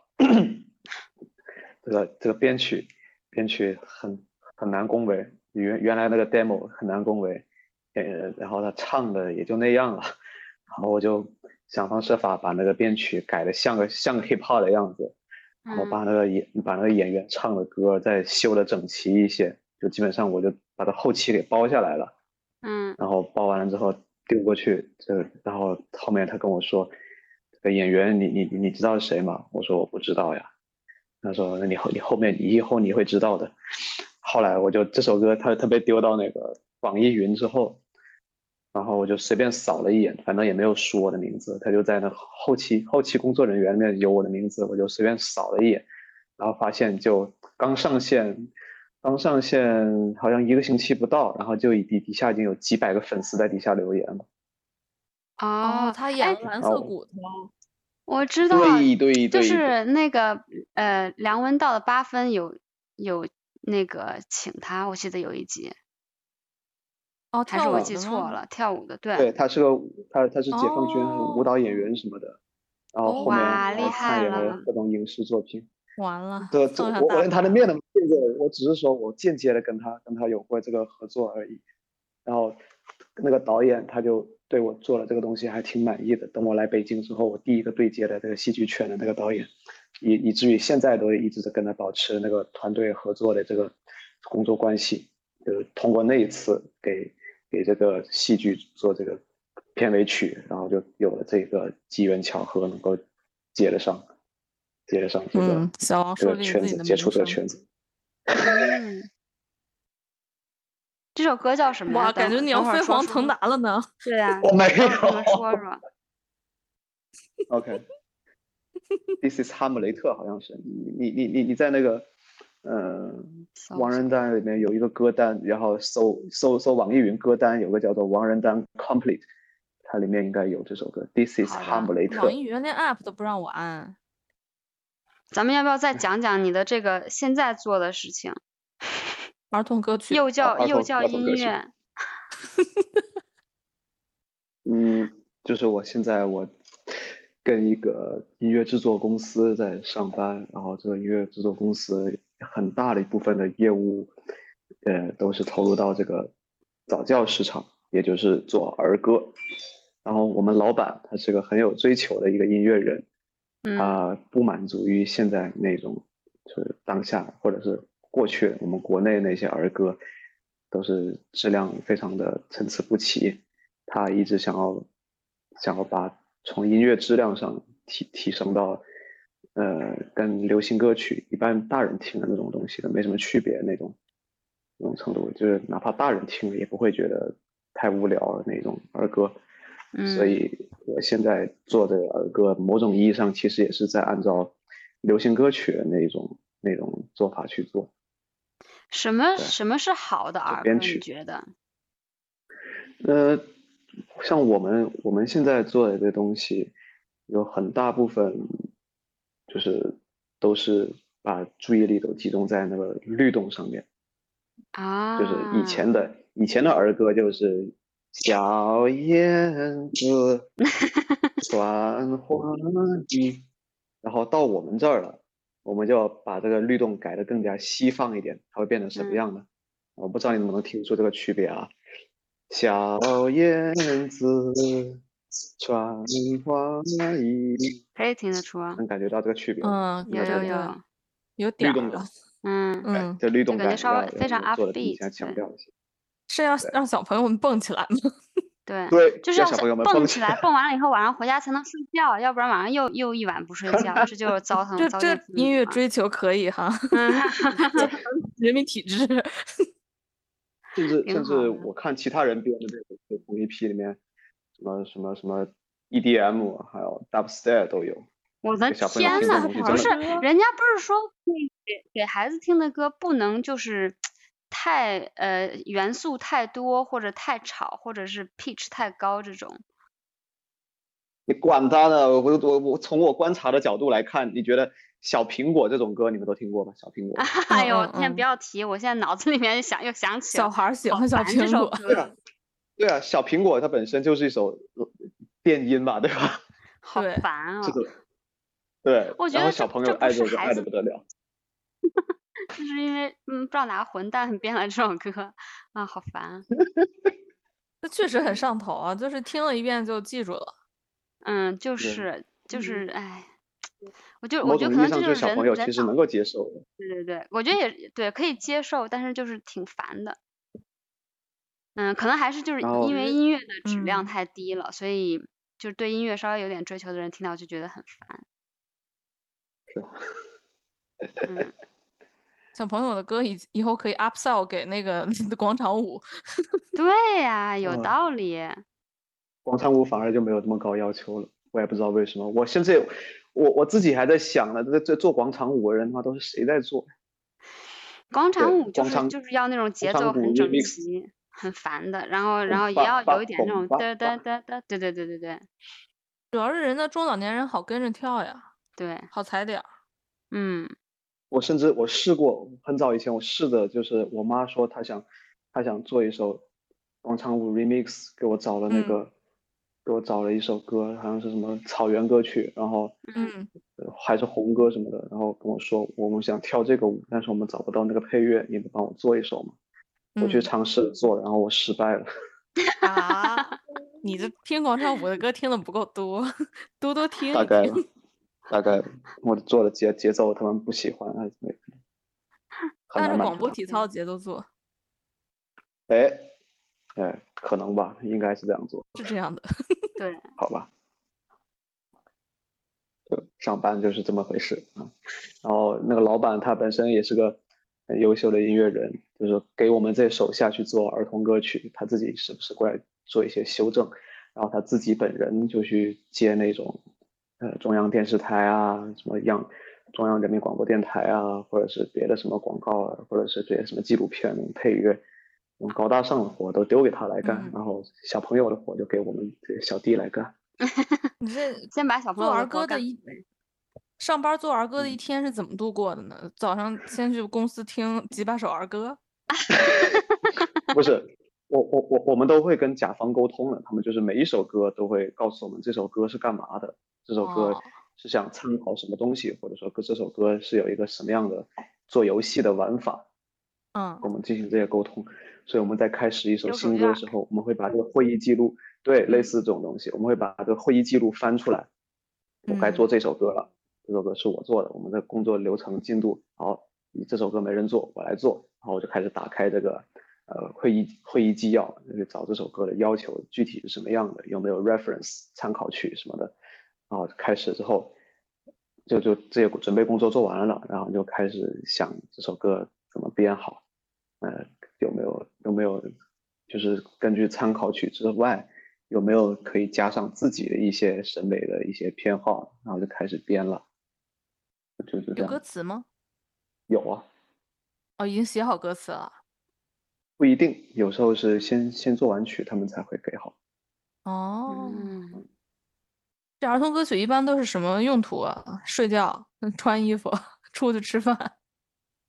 这个这个编曲编曲很很难恭维，原原来那个 demo 很难恭维，呃，然后他唱的也就那样了，然后我就想方设法把那个编曲改的像个像个 hip hop 的样子，然后
嗯
把那个演把那个演员唱的歌再修的整齐一些，就基本上我就把它后期给包下来了。
嗯
然后包完了之后丢过去，这然后后面他跟我说，这个演员你你你知道是谁吗？我说我不知道呀。他说那你后你后面你以后你会知道的。后来我就这首歌他他被丢到那个网易云之后，然后我就随便扫了一眼，反正也没有输我的名字，他就在那后期后期工作人员那有我的名字，我就随便扫了一眼，然后发现就刚上线，刚上线好像一个星期不到，然后就已底底下已经有几百个粉丝在底下留言了。
哦，
他
哎
演了蓝色
哦
骨头，
我知道，啊
对对对，
就是那个呃梁文道的八分有有那个请他，我记得有一集，
哦，
还
跳
是
舞
我
的
记
吗
错了，跳舞的对
对，他是个他他是解放军
哦
舞蹈演员什么的，然后后面
哦哇
还
厉害
参演
了
了各种影视作品。
完了，
对，这
啊送上
我
大
我连他的
牌
面都没见过，我只是说我间接的跟他跟他有过这个合作而已。然后那个导演他就对我做了这个东西还挺满意的。等我来北京之后，我第一个对接的这个戏剧圈的那个导演，以以至于现在都一直在跟他保持那个团队合作的这个工作关系。就是通过那一次给给这个戏剧做这个片尾曲，然后就有了这个机缘巧合能够接得上，接得上这个。
嗯，小王
这
树
个
立
圈
自己
子，
的
接
名
触这个
声。
圈子。
嗯，这首歌叫什么呀？
哇，感
等
觉
会
你要
等会儿
飞
说
黄
说
腾达了呢！
对 啊，
我没
等 会儿
有
说说，
OK，This、is 哈姆雷特，好像是你你你你你在那个呃
搜
王
索
仁丹里面有一个歌单，然后搜搜搜网易云歌单，有个叫做王仁丹 Complete，它里面应该有这首歌。This is
好的
哈姆雷特
网易。云连 app 都不让我安，
咱们要不要再 讲讲你的这个现在做的事情？
儿童歌曲
幼教
儿
幼
童
教
儿童
音
歌曲
乐，
嗯，就是我现在我跟一个音乐制作公司在上班，然后这个音乐制作公司很大的一部分的业务，呃，都是投入到这个早教市场，也就是做儿歌。然后我们老板他是个很有追求的一个音乐人，
嗯
啊、不满足于现在那种就是当下或者是过去我们国内那些儿歌都是质量非常的参差不齐，他一直想要想要把从音乐质量上提提升到呃跟流行歌曲一般大人听的那种东西的没什么区别那种那种程度，就是哪怕大人听了也不会觉得太无聊的那种儿歌。所
嗯
以我现在做的儿歌，某种意义上其实也是在按照流行歌曲的那种那种做法去做。
什么
对
什么是好的儿歌？
编
你
曲
觉得？
呃，像我们我们现在做的这东西，有很大部分就是都是把注意力都集中在那个律动上面。
啊，
就是以前的以前的儿歌就是小燕 子穿花衣，然后到我们这儿了，我们就要把这个律动改得更加西方一点，它会变成什么
嗯
样呢？我不知道你能不能听出这个区别啊。小燕子穿花衣，
可以听得出啊，
能感觉到这个区别？
嗯，
有
那
有
种
有，
有
律
点儿
动感
了，，
嗯，
哎
嗯，
这律
啊就
动
感觉
感
稍微
要
非常
要做的更
upbeat，
加强
对
调一些。
是要让小朋友们蹦起来吗？
对，
对，
就是
让
要
小
是
朋友们
蹦
起
来，蹦完了以后晚上回家才能睡觉，要不然晚上又又一晚不睡觉，这 就糟蹋
这
糟
这
践父
音
母
乐
了
追求可以哈，
嗯
人民体制。
甚至
挺
甚
好
至我看其他人编的这个同一批里面，什么什么什么 EDM，还有 Dubstep 都有。
我的
给小朋友
天
听的
呐，
东西
不
真的
是，
不一样
人家不是说那给给孩子听的歌不能就是太呃元素太多，或者太吵，或者是 pitch 太高这种。
你管他呢，我我我我从我观察的角度来看，你觉得小苹果这种歌你们都听过吧？小苹 果，
哎呦，
嗯
天，不
嗯
要提，我现在脑子里面想又想起
小
了，
孩儿喜
好
欢小
烦这
苹
首
果，
对啊
歌，，
对啊，小苹果它本身就是一首呃电音吧，对吧？
好
对
烦啊
这！个对，
我觉
然后
得
小
这
朋
这
友
不
爱
是
这个
孩
爱的
子
不得了。
就是因为嗯，不知道哪个混蛋编了这首歌啊，好烦。
那确实很上头啊，就是听了一遍就记住了。
嗯，就
对
是就是，哎，我就我
某
觉
种
得
意
可
义
能这就是
上，就
是
小
人
朋友
人
其实
脑
能够接受的。
对对对，我觉得也对，可以接受，但是就是挺烦的。嗯，可能还是就是
然后
因为音乐的质量
嗯
太低了，所以就是对音乐稍微有点追求的人听到就觉得很烦。嗯，
小朋友的歌以以后可以 upsell 给那个广场舞，
对呀，有
嗯
道理。
广场舞反而就没有这么高要求了。我也不知道为什么，我甚至我我自己还在想呢，这这做广场舞的人他妈都是谁在做？
广场
对
舞就
广
是
场
就是要那种节
场
奏
舞
很整
remix 嗯
齐、很烦的，然后然
蹦
后也
吧
要
吧
有一点那种
蹦吧
嘚
吧
嘚嘚嘚，对对对对对，
主要是人家中老年人好跟着跳呀，
对，
好踩点儿。
嗯，
我甚至我试过，很早以前我试的，就是我妈说她想，她想做一首广场舞 remix，给我找了那
嗯
个，给我找了一首歌，好像是什么草原歌曲，然后
嗯，
呃还是红歌什么的，然后跟我说我们想跳这个舞，但是我们找不到那个配乐，你能帮我做一首吗？我去
嗯
尝试做，然后我失败了。
啊，你这听广场舞的歌听的不够多，多多听
大
一
概
听。
大概我做的节节奏他们不喜欢，哎，没很
但
难
是
满
广
足嗯
播
他
体
们
操节奏做
哎哎，可能吧，应该是这样做，
是这样的。
对，
好吧？就上班就是这么回事啊。然后那个老板他本身也是个很优秀的音乐人，就是给我们这手下去做儿童歌曲，他自己时不时过来做一些修正，然后他自己本人就去接那种呃中央电视台啊，什么央中央人民广播电台啊，或者是别的什么广告啊，或者是别的什么纪录片那种配乐。那种高大上的活都丢给他来干，
嗯
然后小朋友的活就给我们这些小弟来干。
你这
先把小朋
做
友
儿
的活
歌的
干
一上班做儿歌
嗯
的一天是怎么度过的呢？早上先去公司听几百首儿歌，
不是，我我我我们都会跟甲方沟通的，他们就是每一首歌都会告诉我们这首歌是干嘛的，这首歌
哦
是想参考什么东西，或者说这首歌是有一个什么样的做游戏的玩法，
嗯
我们进行这些沟通。所以我们在开始一首
有手
新
印儿
歌的时候，我们会
嗯
把这个会议记录，对，类似这种东西，我们会把这个会议记录翻出来，我该
嗯
做这首歌了，这首歌是我做的，我们的工作流程进度，好，这首歌没人做，我来做，然后我就开始打开这个呃会议会议纪要，去找这首歌的要求具体是什么样的，有没有 reference 参考曲什么的，然后开始之后，就就这些准备工作做完了，然后就开始想这首歌怎么编好，呃，有没有有没有就是根据参考曲之外，有没有可以加上自己的一些审美的一些偏好，然后就开始编了，就是这
有歌
样。
词吗？
有啊，
哦，已经写好歌词了。
不一定，有时候是先先做完曲，他们才会给好。
哦，
嗯，
这儿童歌曲一般都是什么用途啊？睡觉、嗯穿衣服、 出去吃饭。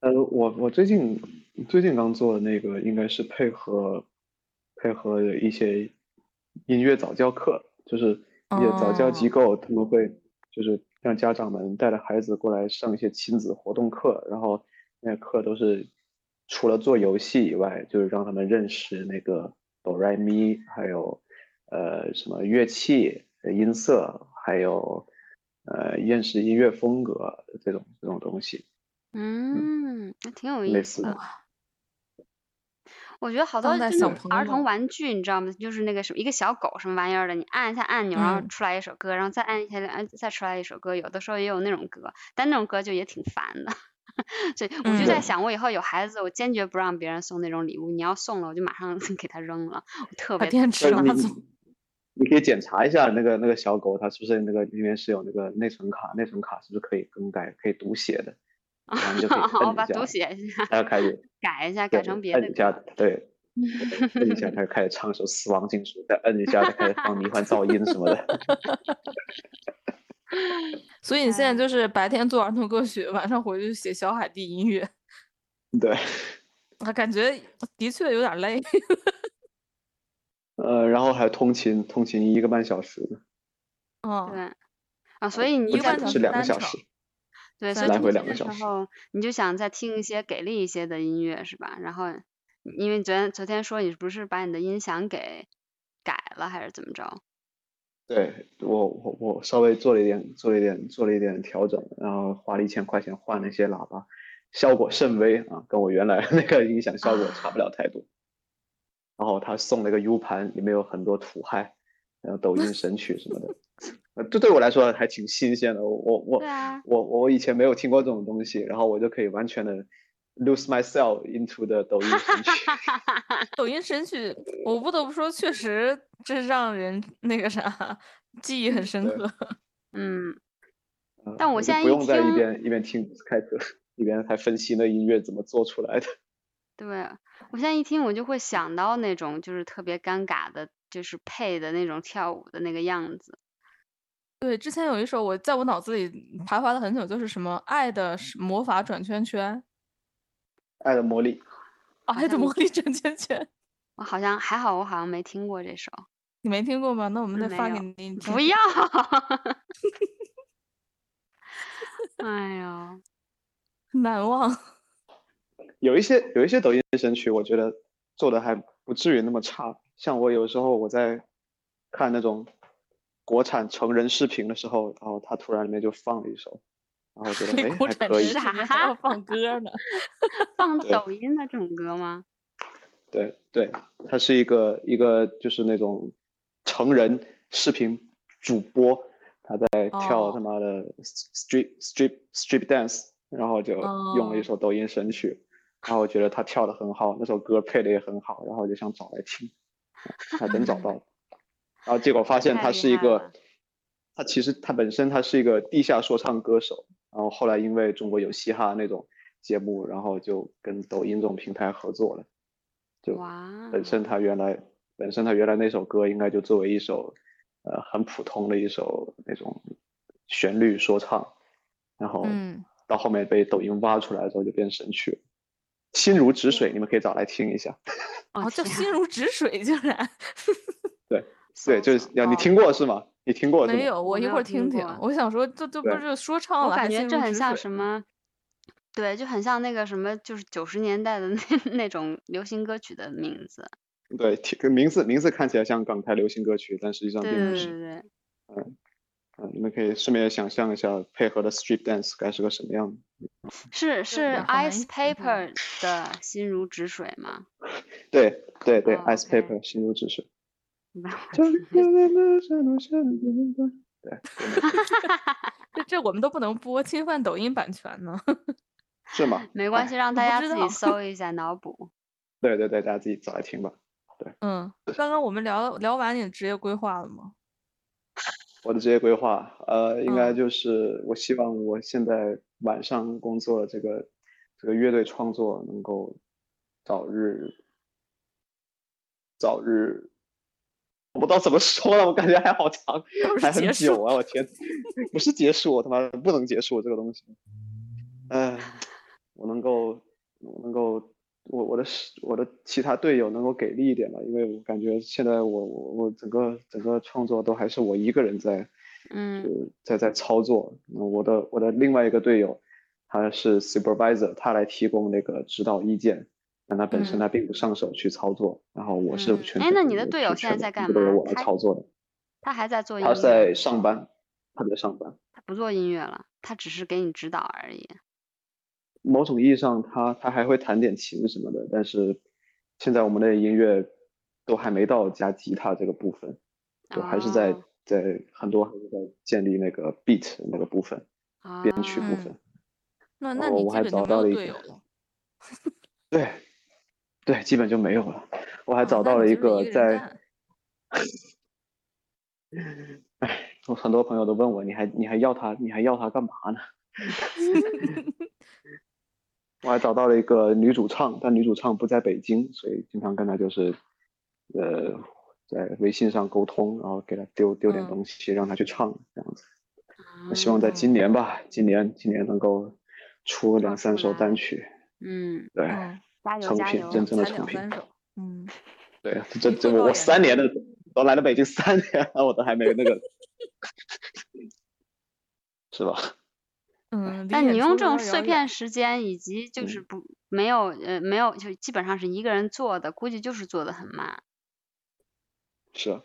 呃，我我最近最近刚做的那个应该是配合配合一些音乐早教课，就是一些早教机
哦
构，他们会就是让家长们带着孩子过来上一些亲子活动课，然后那些课都是除了做游戏以外，就是让他们认识那个哆来咪，还有呃什么乐器、呃音色，还有呃认识音乐风格这种这种东西，
嗯，那挺有意
类
思
似的。
的。我觉得好多
当代
就
小
是
朋
儿
友
童玩具，你知道吗？就是那个什么一个小狗什么玩意儿的，你按一下按钮，然后
嗯
出来一首歌，然后再按一下，按再出来一首歌。有的时候也有那种歌，但那种歌就也挺烦的。 所以我就
嗯
在
对
想，我以后有孩子，我坚决不让别人送那种礼物。你要送了，我就马上 给他扔了，我特
把
别
电
就
池啊
是
拿
你
走。
你可以检查一下那个那个小狗，它是不是那个里面是有那个内存卡，内存卡是不是可以更改、可以读写 的？然后你就可以
好
摁
我
一
把读
下，
写一下，
它就开始
改一下，
对
改成别
摁
的
一下，
歌。
对，对摁一下，它就开始唱一首《死亡禁书》，再摁一下，它开始放迷幻噪音什么的。
所以你现在
哎
就是白天做儿童歌曲，晚上回去写小海地音乐，
对，
啊，感觉的确有点累。
呃，然后还有通勤，通勤一个半小时，
嗯，
对啊，所以你
不
一个半
止
小
是
时
两个
单
小
程
时。
对，所以
三
来
听
回
这
两个
个
小
时
时
候，你就想再听一些给力一些的音乐是吧？然后，因为昨天昨天说你不是把你的音响给改了还是怎么着？
对，我我我稍微做了一点，做了一点，做了一点调整，然后花了一千块钱换了一些喇叭，效果甚微啊，跟我原来那个音响效果差不了太多。然后他送了一个 U 盘，里面有很多土嗨，还有抖音神曲什么的，呃，这对我来说还挺新鲜的。我我我
对啊，
我我以前没有听过这种东西，然后我就可以完全的 lose myself into the 抖音神 曲。
抖音神曲，我不得不说，确实这让人那个啥，记忆很深
对
刻。
嗯，
呃
但我
就
现在
不
一
用再一
听
边一边听开车，一边还分析那音乐怎么做出来的。
对，我现在一听我就会想到那种就是特别尴尬的，就是配的那种跳舞的那个样子，
对，之前有一首我在我脑子里徘徊了很久，就是什么《爱的是魔法转圈圈》
爱的魔力，
啊，《
好
哎
爱的
像
魔力转圈圈》，
我好像还好，我好像没听过这首。
你没听过吗？那我
嗯
们再
没
发
有
给你听。
不要！ 哎呦，
难忘。
有一些有一些抖音神曲，我觉得做的还不至于那么差。像我有时候我在看那种国产成人视频的时候，然后他突然里面就放了一首，然后 我觉得
被
哎
国
还
产
可
人
以
视，频还要放歌呢。
放
对
抖音的这种歌吗？
对对，他是一个一个就是那种成人视频主播，他在跳
哦
他妈的 strip strip strip dance，然后就用了一
哦
首抖音神曲，然后我觉得他跳的很好，那首歌配的也很好，然后我就想找来听，还真找到了，然后结果发现
太
他
厉
是一
害
个
了，
他其实他本身他是一个地下说唱歌手，然后后来因为中国有嘻哈那种节目，然后就跟抖音这种平台合作了，就。
哇，
本身他原来本身他原来那首歌应该就作为一首呃很普通的一首那种旋律说唱，然后
嗯，
到后面被抖音挖出来之后就变神曲了，心如止
嗯
水，你们可以找来听一下。
哦，叫
天
啊
心如止水，竟然
对，
搜
就是
搜
要你
到
听过是吗？你听过是吗
没？有。我
我
一
哦没
会
有
儿听
听
听
过。
我想说，这这不
对
是说唱
我
了，哦还
感觉
心
这
如
很
止
像
水嗯
什么，对，就很像那个什么，就是九十年代的 那那种流行歌曲的名字。
对，听名字名字看起来像港台流行歌曲，但实际上
对
并
对
不
对
是。
对对，
嗯，你们可以顺便想象一下配合的 strip dance 该是个什么样的。
是是
有点好
Ice
难想象
Paper 的《心如止水》吗？
对对对、
哦
i c e
，OK
paper 心如止水。
我
就
听
对，
这这我们都不能播，侵犯抖音版权呢。
是吗？
没关
哎
系，让大
不
家
知
自
道
己搜一下，脑补。嗯
对对对，大家自己找来听吧。
嗯，刚刚我们聊聊完你的职业规划了吗？
我的职业规划，呃，应该
嗯
就是我希望我现在晚上工作的这个这个乐队创作能够早日早日，我不知道怎么说了，我感觉还好长，
不是
还很
结
久
束。
啊！我天，不是结束，我他妈不能结束这个东西。哎，我能够，我能够，我我的是我的其他队友能够给力一点吧，因为我感觉现在我我我整个整个创作都还是我一个人在
嗯，
呃在在操作。嗯我的我的另外一个队友，他是 supervisor，他来提供那个指导意见，但他本身
嗯
他并不上手去操作，然后我是
嗯
全
哎
权
那
的
你的队友
全
现在在
权
干
都由
嘛
我来
他
操作的。
他还在做音
他
乐，
在上班，他在上班。
他不做音乐了，他只是给你指导而已。
某种意义上他，他还会弹点琴什么的，但是现在我们的音乐都还没到加吉他这个部分，就还是在、
哦
在很多还是在建立那个 beat 那个部分
啊，
编曲部
嗯
分。
那
然
那
后
你
哦我
基
还
本
找
就没
到
有
了一
队
个
友了。
对对，基本就没有了。我还
啊那
找到
你
了
就
一
是
个
一个人
在，
干
我很多朋友都问我，你还你还要他，你还要他干嘛 呢？我还找到了一个女主唱，但女主唱不在北京，所以经常跟她就是，呃，在微信上沟通，然后给她丢丢点
嗯
东西，让她去唱这样子。
啊
希望在今年吧，今年今年能够出两
唱
三
出
首
来
单曲，
嗯，
对，
嗯，
加油
成
加
品
油，
真正的
才
成
两
品
三首。嗯，
对， 这
你
这
汇报
我我
员
三年的都来了北京三年了，我都还没有 那个，是吧？
嗯，
但你用这种碎片
时
时间以及就
嗯
是不没有呃没有就基本上是一个人做的，估计就是做的很慢。
是啊，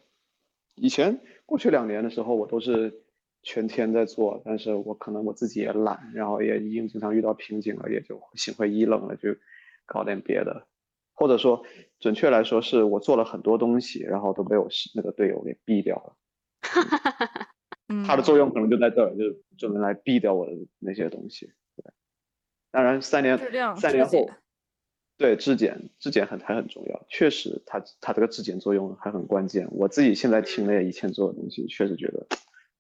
以前过去两年的时候，我都是全天在做，但是我可能我自己也懒，然后也已经经常遇到瓶颈了，也就心灰意冷了，就搞点别的，或者说准确来说，是我做了很多东西，然后都被我是那个队友给毙掉了。
嗯
它的作用可能就在这儿，就就能来毙掉我的那些东西。对，当然三年
质量
三
质
年后
检，
对质检质检很还很重要，确实它它这个质检作用还很关键。我自己现在听了以前做的东西，确实觉得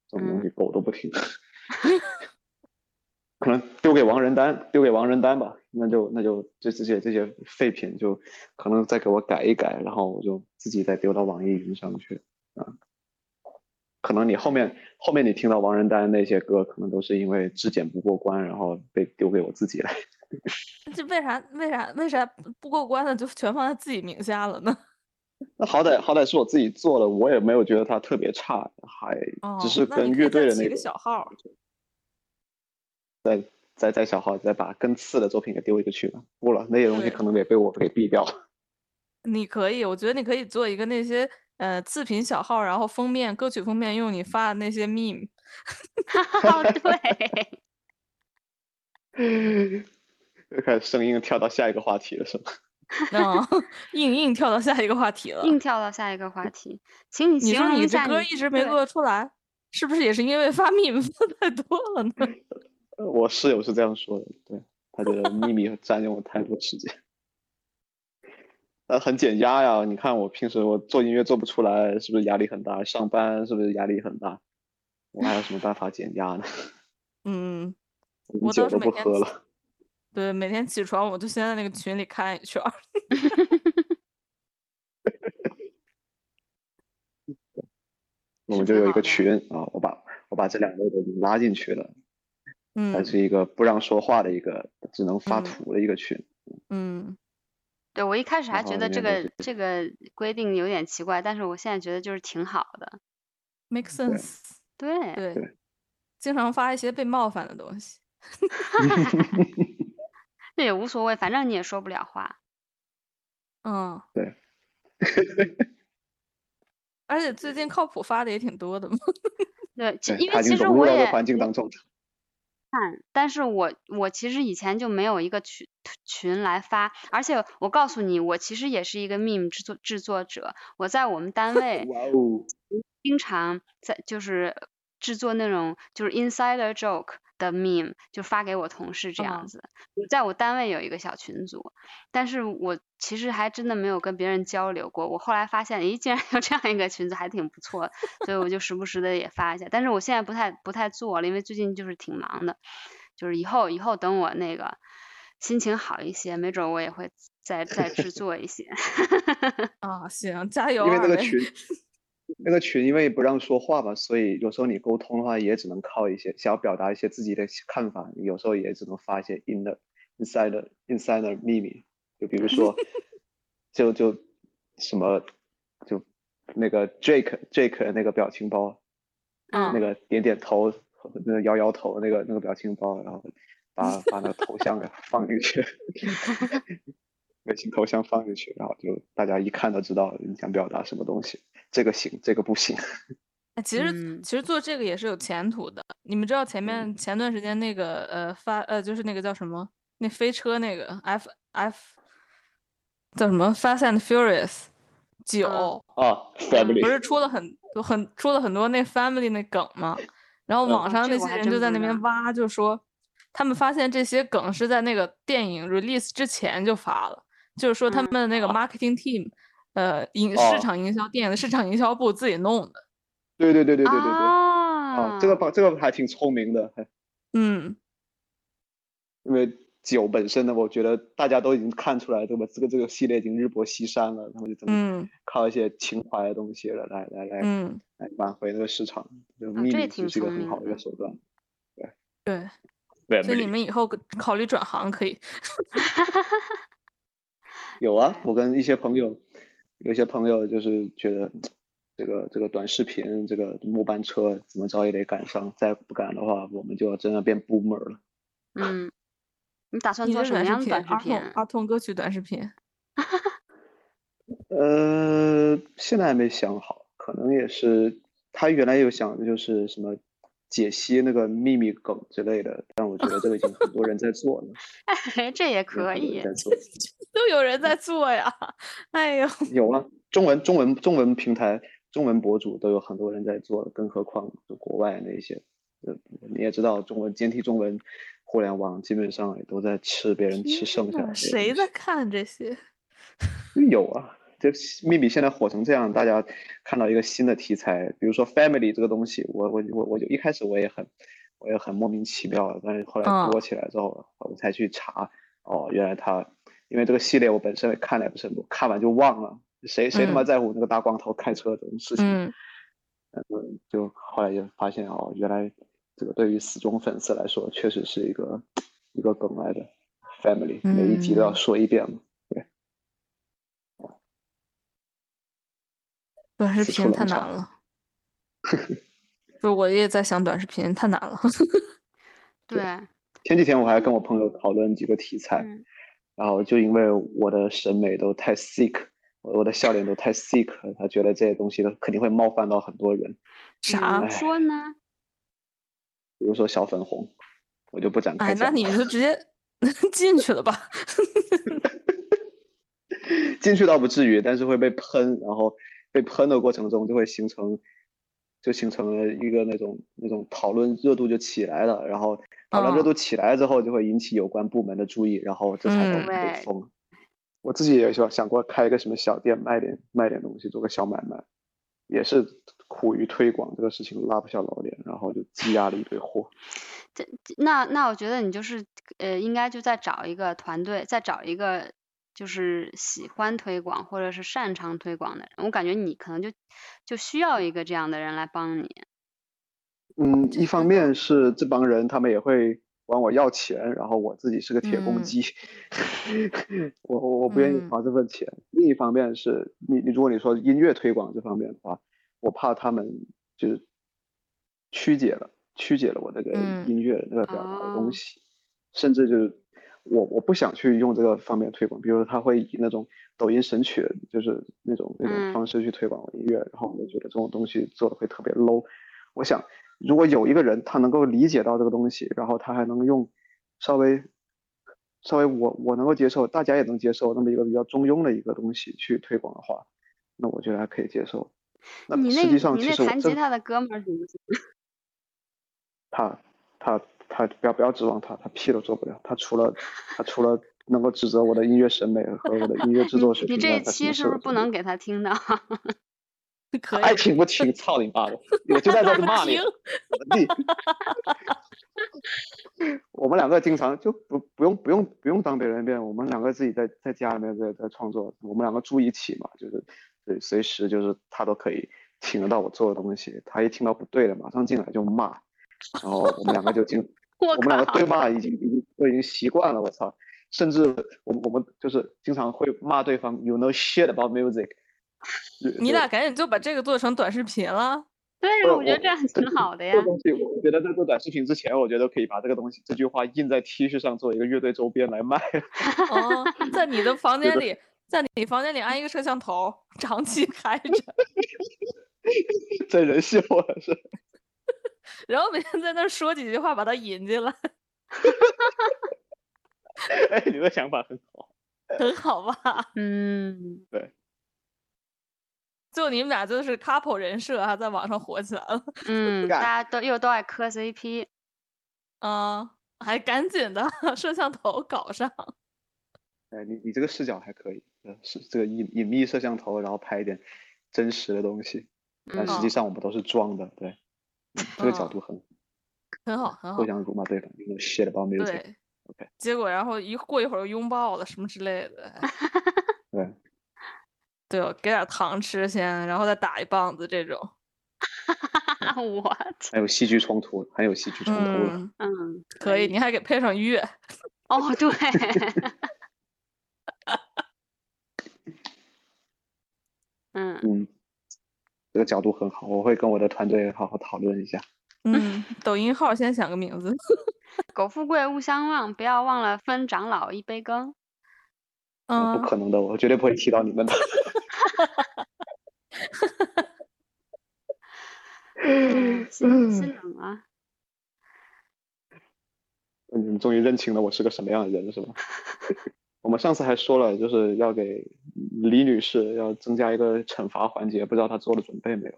这种东西狗都不听，可能丢给王仁丹，丢给王仁丹吧，那就那就这这些这些废品就可能再给我改一改，然后我就自己再丢到网易云上去啊。可能你后面后面你听到王仁丹那些歌，可能都是因为质检不过关，然后被丢给我自己来。
这为啥为啥为啥不过关的就全放在自己名下了呢？
那好歹好歹是我自己做的，我也没有觉得它特别差，还
哦，
只是
那你
跟
可以
乐队
再
的
起
那
个小号儿，
再再再小号，再把更次的作品给丢回去了。不了，那些东西
对
可能得被我给毙掉。
你可以，我觉得你可以做一个那些呃次品小号，然后封面歌曲封面用你发的那些 meme，
哦，对，
又 开始生硬跳到下一个话题了，是吧？
嗯，硬硬跳到下一个话题了。
硬跳到下一个话题，请你
你
形
说
容
你
一
这
下
歌
你
一直没
对
做出来，是不是也是因为发 meme 发太多了呢？
呃我室友是这样说的，对他觉得秘密占用我太多时间， 那很减压呀。你看我平时我做音乐做不出来，是不是压力很大？上班是不是压力很大？我还有什么办法减压呢？
嗯，
我
我
酒
倒是
都
每
不
天
喝
起
了。
对，每天起床我就先在那个群里看一圈儿。
我
是
们
挺
就有一
好
个
的
群啊，我把我把这两位都拉进去了，还
嗯
是一个不让说话的一个，只能发
嗯
图的一个群。
嗯，
对我一开始
然
还觉
后
得
里
这
面都
个这个规定有点奇怪，但是我现在觉得就是挺好的。
make sense。
对，
对
对，
经常发一些被冒犯的东西。
那也无所谓，反正你也说不了话。
嗯，
对。
而且最近靠谱发的也挺多的嘛。
对，其
对，
因
他
为
已经
其实
融入
我
到这
也嗯
个环境当中了。
但是我我其实以前就没有一个群群来发，而且我告诉你，我其实也是一个 meme 制作制作者。我在我们单位
哇哦，
经常在就是制作那种就是 insider joke 的 meme，就发给我同事这样
嗯
子。我在我单位有一个小群组，但是我其实还真的没有跟别人交流过。我后来发现，咦，竟然有这样一个群组，还挺不错的，所以我就时不时的也发一下。但是我现在不太不太做了，因为最近就是挺忙的，就是以后以后等我那个心情好一些，没准儿我也会再再制作一些。
啊，行，加油！
因为那
二
个
位
群， 那个群因为不让说话嘛，所以有时候你沟通的话也只能靠一些想要表达一些自己的看法，有时候也只能发一些 inner insider insider 秘密，就比 如说，就就什么就那个 Jake Jake 的那个表情包，
嗯
那个点点头，那个摇摇头那个那个表情包，然后把 把那个头像给放进去， 微信头像放进去，然后就大家一看就知道你想表达什么东西。这个行，这个 不行。
哎其实、
嗯
其实做这个也是有前途的。你们知道前面前段时间那个呃发呃就是那个叫什么那飞车那个 F F 叫什么 Fast and Furious 九、
嗯
啊
不
，family，
是出了很多很出了很多那 family 那梗嘛，然后
嗯
网
哦
上
这
那
我
些
还
人
真
就在
不
那
知
边
道
挖，就说他们发现这些梗是在那个电影 release 之前就发了，就是说他
嗯
们的那个 marketing team，、呃，营
哦
市场营销电影的市场营销部自己弄的，
对对对对对对对。
啊
啊，这个吧，这个还挺聪明的，还
嗯，
因为酒本身呢，我觉得大家都已经看出来，对吧？这个这个系列已经日薄西山了，他们就只能
嗯
靠一些情怀的东西了，来来来、
嗯，
来挽回那个市场。就
啊
秘
这也
密
挺
只是一个
聪
很
明
好的一
的
个手段。
对，所以你
family。
们以后可考虑转行可以，
有啊，我跟一些朋友，有些朋友就是觉得这个这个短视频，这个末班车怎么着也得赶上，再不赶的话，我们就要真的变 boomer 了。
嗯，你打算
你
做
这
什么
短视
样的短视
频，儿童
频？啊
儿童歌曲短视频，
呃，现在还没想好，可能也是他原来有想的就是什么解析那个秘密梗之类的，但我觉得这个已经很多人在 做了，
哎，这
嗯
也可
很多人
以
在做。
都有人在做呀，哎呦，
有啊，中文中文中文平台、中文博主都有很多人在做，更何况就国外那些，呃，你也知道，中文简体中文互联网基本上也都在吃别人吃剩下
天
来
呐
的这些
谁
东
在看这些？
西？有啊，这秘密现在火成这样，大家看到一个新的题材，比如说 family 这个东西，我我我我就一开始我也很我也很莫名其妙，但是后来
嗯
播起来之后，我才去查，哦，原来它因为这个系列我本身也看了也不是很多，看完就忘了。谁谁他妈
嗯
在乎那个大光头开车这种事情？
嗯
嗯，就后来就发现哦，原来这个对于死忠粉丝来说，确实是一个一个梗来的 family，每一集都要
嗯
说一遍嘛。
短视
此处
频
冷
太难
场
了，就我也在想短视频太难了。
嗯对
对，
前几天我还跟我朋友讨论几个题材，
嗯
然后就因为我的审美都太 sick，我我的笑点都太 sick，了他觉得这些东西都肯定会冒犯到很多人，
比
啥哎
如？说呢？
比如说小粉红，我就不展开
哎，
讲
那
了。
你就直接 进去了吧。
进去倒不至于，但是会被喷，然后被喷的过程中就会形成，就形成了一个那种那种讨论热度就起来了，然后讨论热
嗯
度起来之后就会引起有关部门的注意，然后这才
嗯
能被
对
封。我自己也想想过开一个什么小店，卖点卖点东西，做个小买卖，也是苦于推广这个事情，拉不下老脸，然后就积压了一堆货。
这这那那我觉得你就是呃，应该就再找一个团队，再找一个就是喜欢推广或者是擅长推广的人。我感觉你可能就就需要一个这样的人来帮你。
嗯，
就
一
觉
方
得
面是这帮人他们也会管我要钱，然后我自己是个铁公
嗯
鸡，我我我不愿意
嗯
花这份钱。另一方面是你你如果你说音乐推广这方面的话，我怕他们就是曲解了曲解了我这个
嗯
音乐的那个表达的
哦
东西，甚至就是我我不想去用这个方面推广，比如说他会以那种抖音神曲，就是那种那种
嗯
方式去推广我音乐，然后我就觉得这种东西做的会特别 low。我想，如果有一个人他能够理解到这个东西，然后他还能用稍微稍微我我能够接受，大家也能接受那么一个比较中庸的一个东西去推广的话，那我觉得还可以接受。那
你那
实际上，
你
其
那
实我
弹吉
真
他的哥们儿怎么
他他他不要不要指望他，他屁都做不了。他除了他除了能够指责我的音乐审美和我的音乐制作水
你
平
这
外，
一
他什
期
么
是
事
不
都
是不
做
能给他听到？
可
爱
以，
听不听，操你 妈的！我就在这
不
骂你，
听
怎么地？ 我们两个经常就不不用不用不用当别人面，我们两个自己在在家里面在在创作，我们两个住一起嘛，就是对随时就是他都可以听得到我做的东西，他一听到不对的，马上进来就骂，然后我们两个就经
我
我们两个
靠！
对骂已经已经都已经习惯了，我操！甚至我们我们就是经常会骂对方，you know shit about music 就。
你
就
俩赶紧就把这个做成短视频 了。
对，
不
我觉得这样挺好 的呀
这个。东西，我觉得在做短视频之前，我觉得可以把这个东西这句话印在 T 恤上，做一个乐队周边来卖。
哦，在你的房
觉
间
得
里，在你房间里安一个摄像头，长期开着，
真人秀啊，是
然后每天在那儿说几句话，把他引进来，
哎，你的想法很好。
很好吧？
嗯，
就你们俩就是 couple 人设啊，在网上火起来了
嗯，
干
大家都又都爱磕 CP，
啊、还赶紧的 摄像头搞上，
哎，你你这个视角还可以，呃是这个隐隐秘摄像头，然后拍一点真实的东西，但
嗯，
实际上我们都是装的，对，嗯这个角
嗯
度很
很好，很好
互。相辱骂对方，you know shit about music。
对
OK
结果然后一过一会儿又拥抱了什么之类的，哎
对，
对哦，给点糖吃先，然后再打一棒子这种。
啊 我
还有戏剧冲突，很有戏剧冲突了。
嗯，
嗯，
可以，你还给配上乐，
哦，对， 嗯，
嗯，这个角度很好，我会跟我的团队好好讨论一下。
嗯，抖音号先想个名字。
苟富贵勿相忘，不要忘了分长老一杯羹。
呃
嗯
不，可能的，我绝对不会提到你们的。
嗯，心心冷啊，
你们终于认清了我是个什么样的人，是吧？ 我们上次还说了，就是要给李女士要增加一个惩罚环节，不知道她做了准备没有？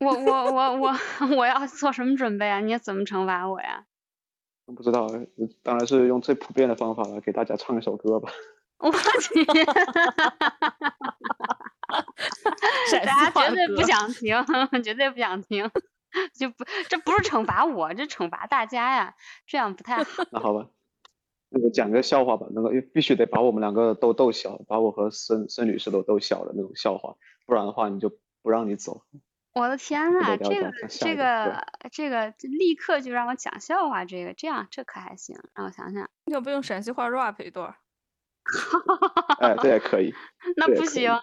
我我我我 我要做什么准备啊？你要怎么惩罚我呀？
不知道，当然是用最普遍的方法了，给大家唱一首歌吧。
我去，
陕
大家
西话
绝对不
歌
想听，绝对不想听， 就不这不是惩罚我，这惩罚大家呀，这样不太好。
那好吧，那个讲个笑话吧，那个必须得把我们两个都逗笑，把我和孙孙女士都逗笑了那种笑话，不然的话你就不让你走。
我的天呐，
得聊
这
聊
个
下下一
这
个
个这个就立刻就让我讲笑话，这个这样这可还行，让我想想，
要不用陕西话 rap 一段儿？
哎，这也可以。
那
这
不
也可以
行，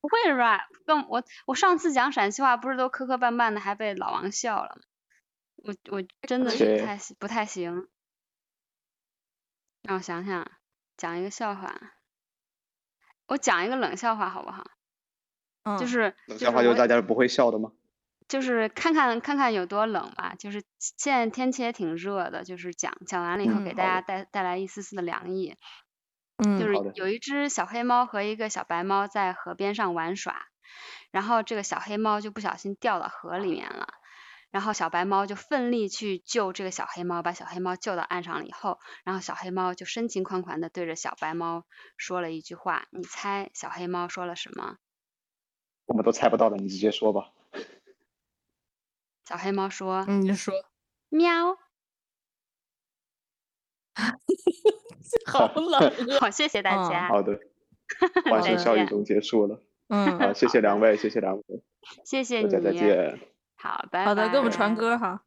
不会 rap，更我我上次讲陕西话不是都磕磕绊绊的，还被老王笑了吗？我我真的是
对
不太行不太行，让我想想，讲一个笑话，我讲一个冷笑话好不好？
嗯，
就是
冷
就
笑话
是
就
我
是大家不会笑的吗？
就是看看看看有多冷吧，就是现在天气也挺热的，就是讲讲完了以后
嗯
给
好
大家
的
带带来一丝丝的凉意。
嗯，
就是
好的
有一只小黑猫和一个小白猫在河边上玩耍，然后这个小黑猫就不小心掉到河里面了，然后小白猫就奋力去救这个小黑猫，把小黑猫救到岸上了以后，然后小黑猫就深情款款的对着小白猫说了一句话，你猜小黑猫说了什么？
我们都猜不到的，你直接说吧。
小黑猫说
嗯你说，
喵。
好冷啊。
好，谢谢大
嗯
家，
好的，欢
好
声
的
笑语
见
中结束了。
嗯，
好，谢谢两位，谢谢两位，
谢谢
大
你，
家再见。
好，拜拜。
好的，给我们传歌哈。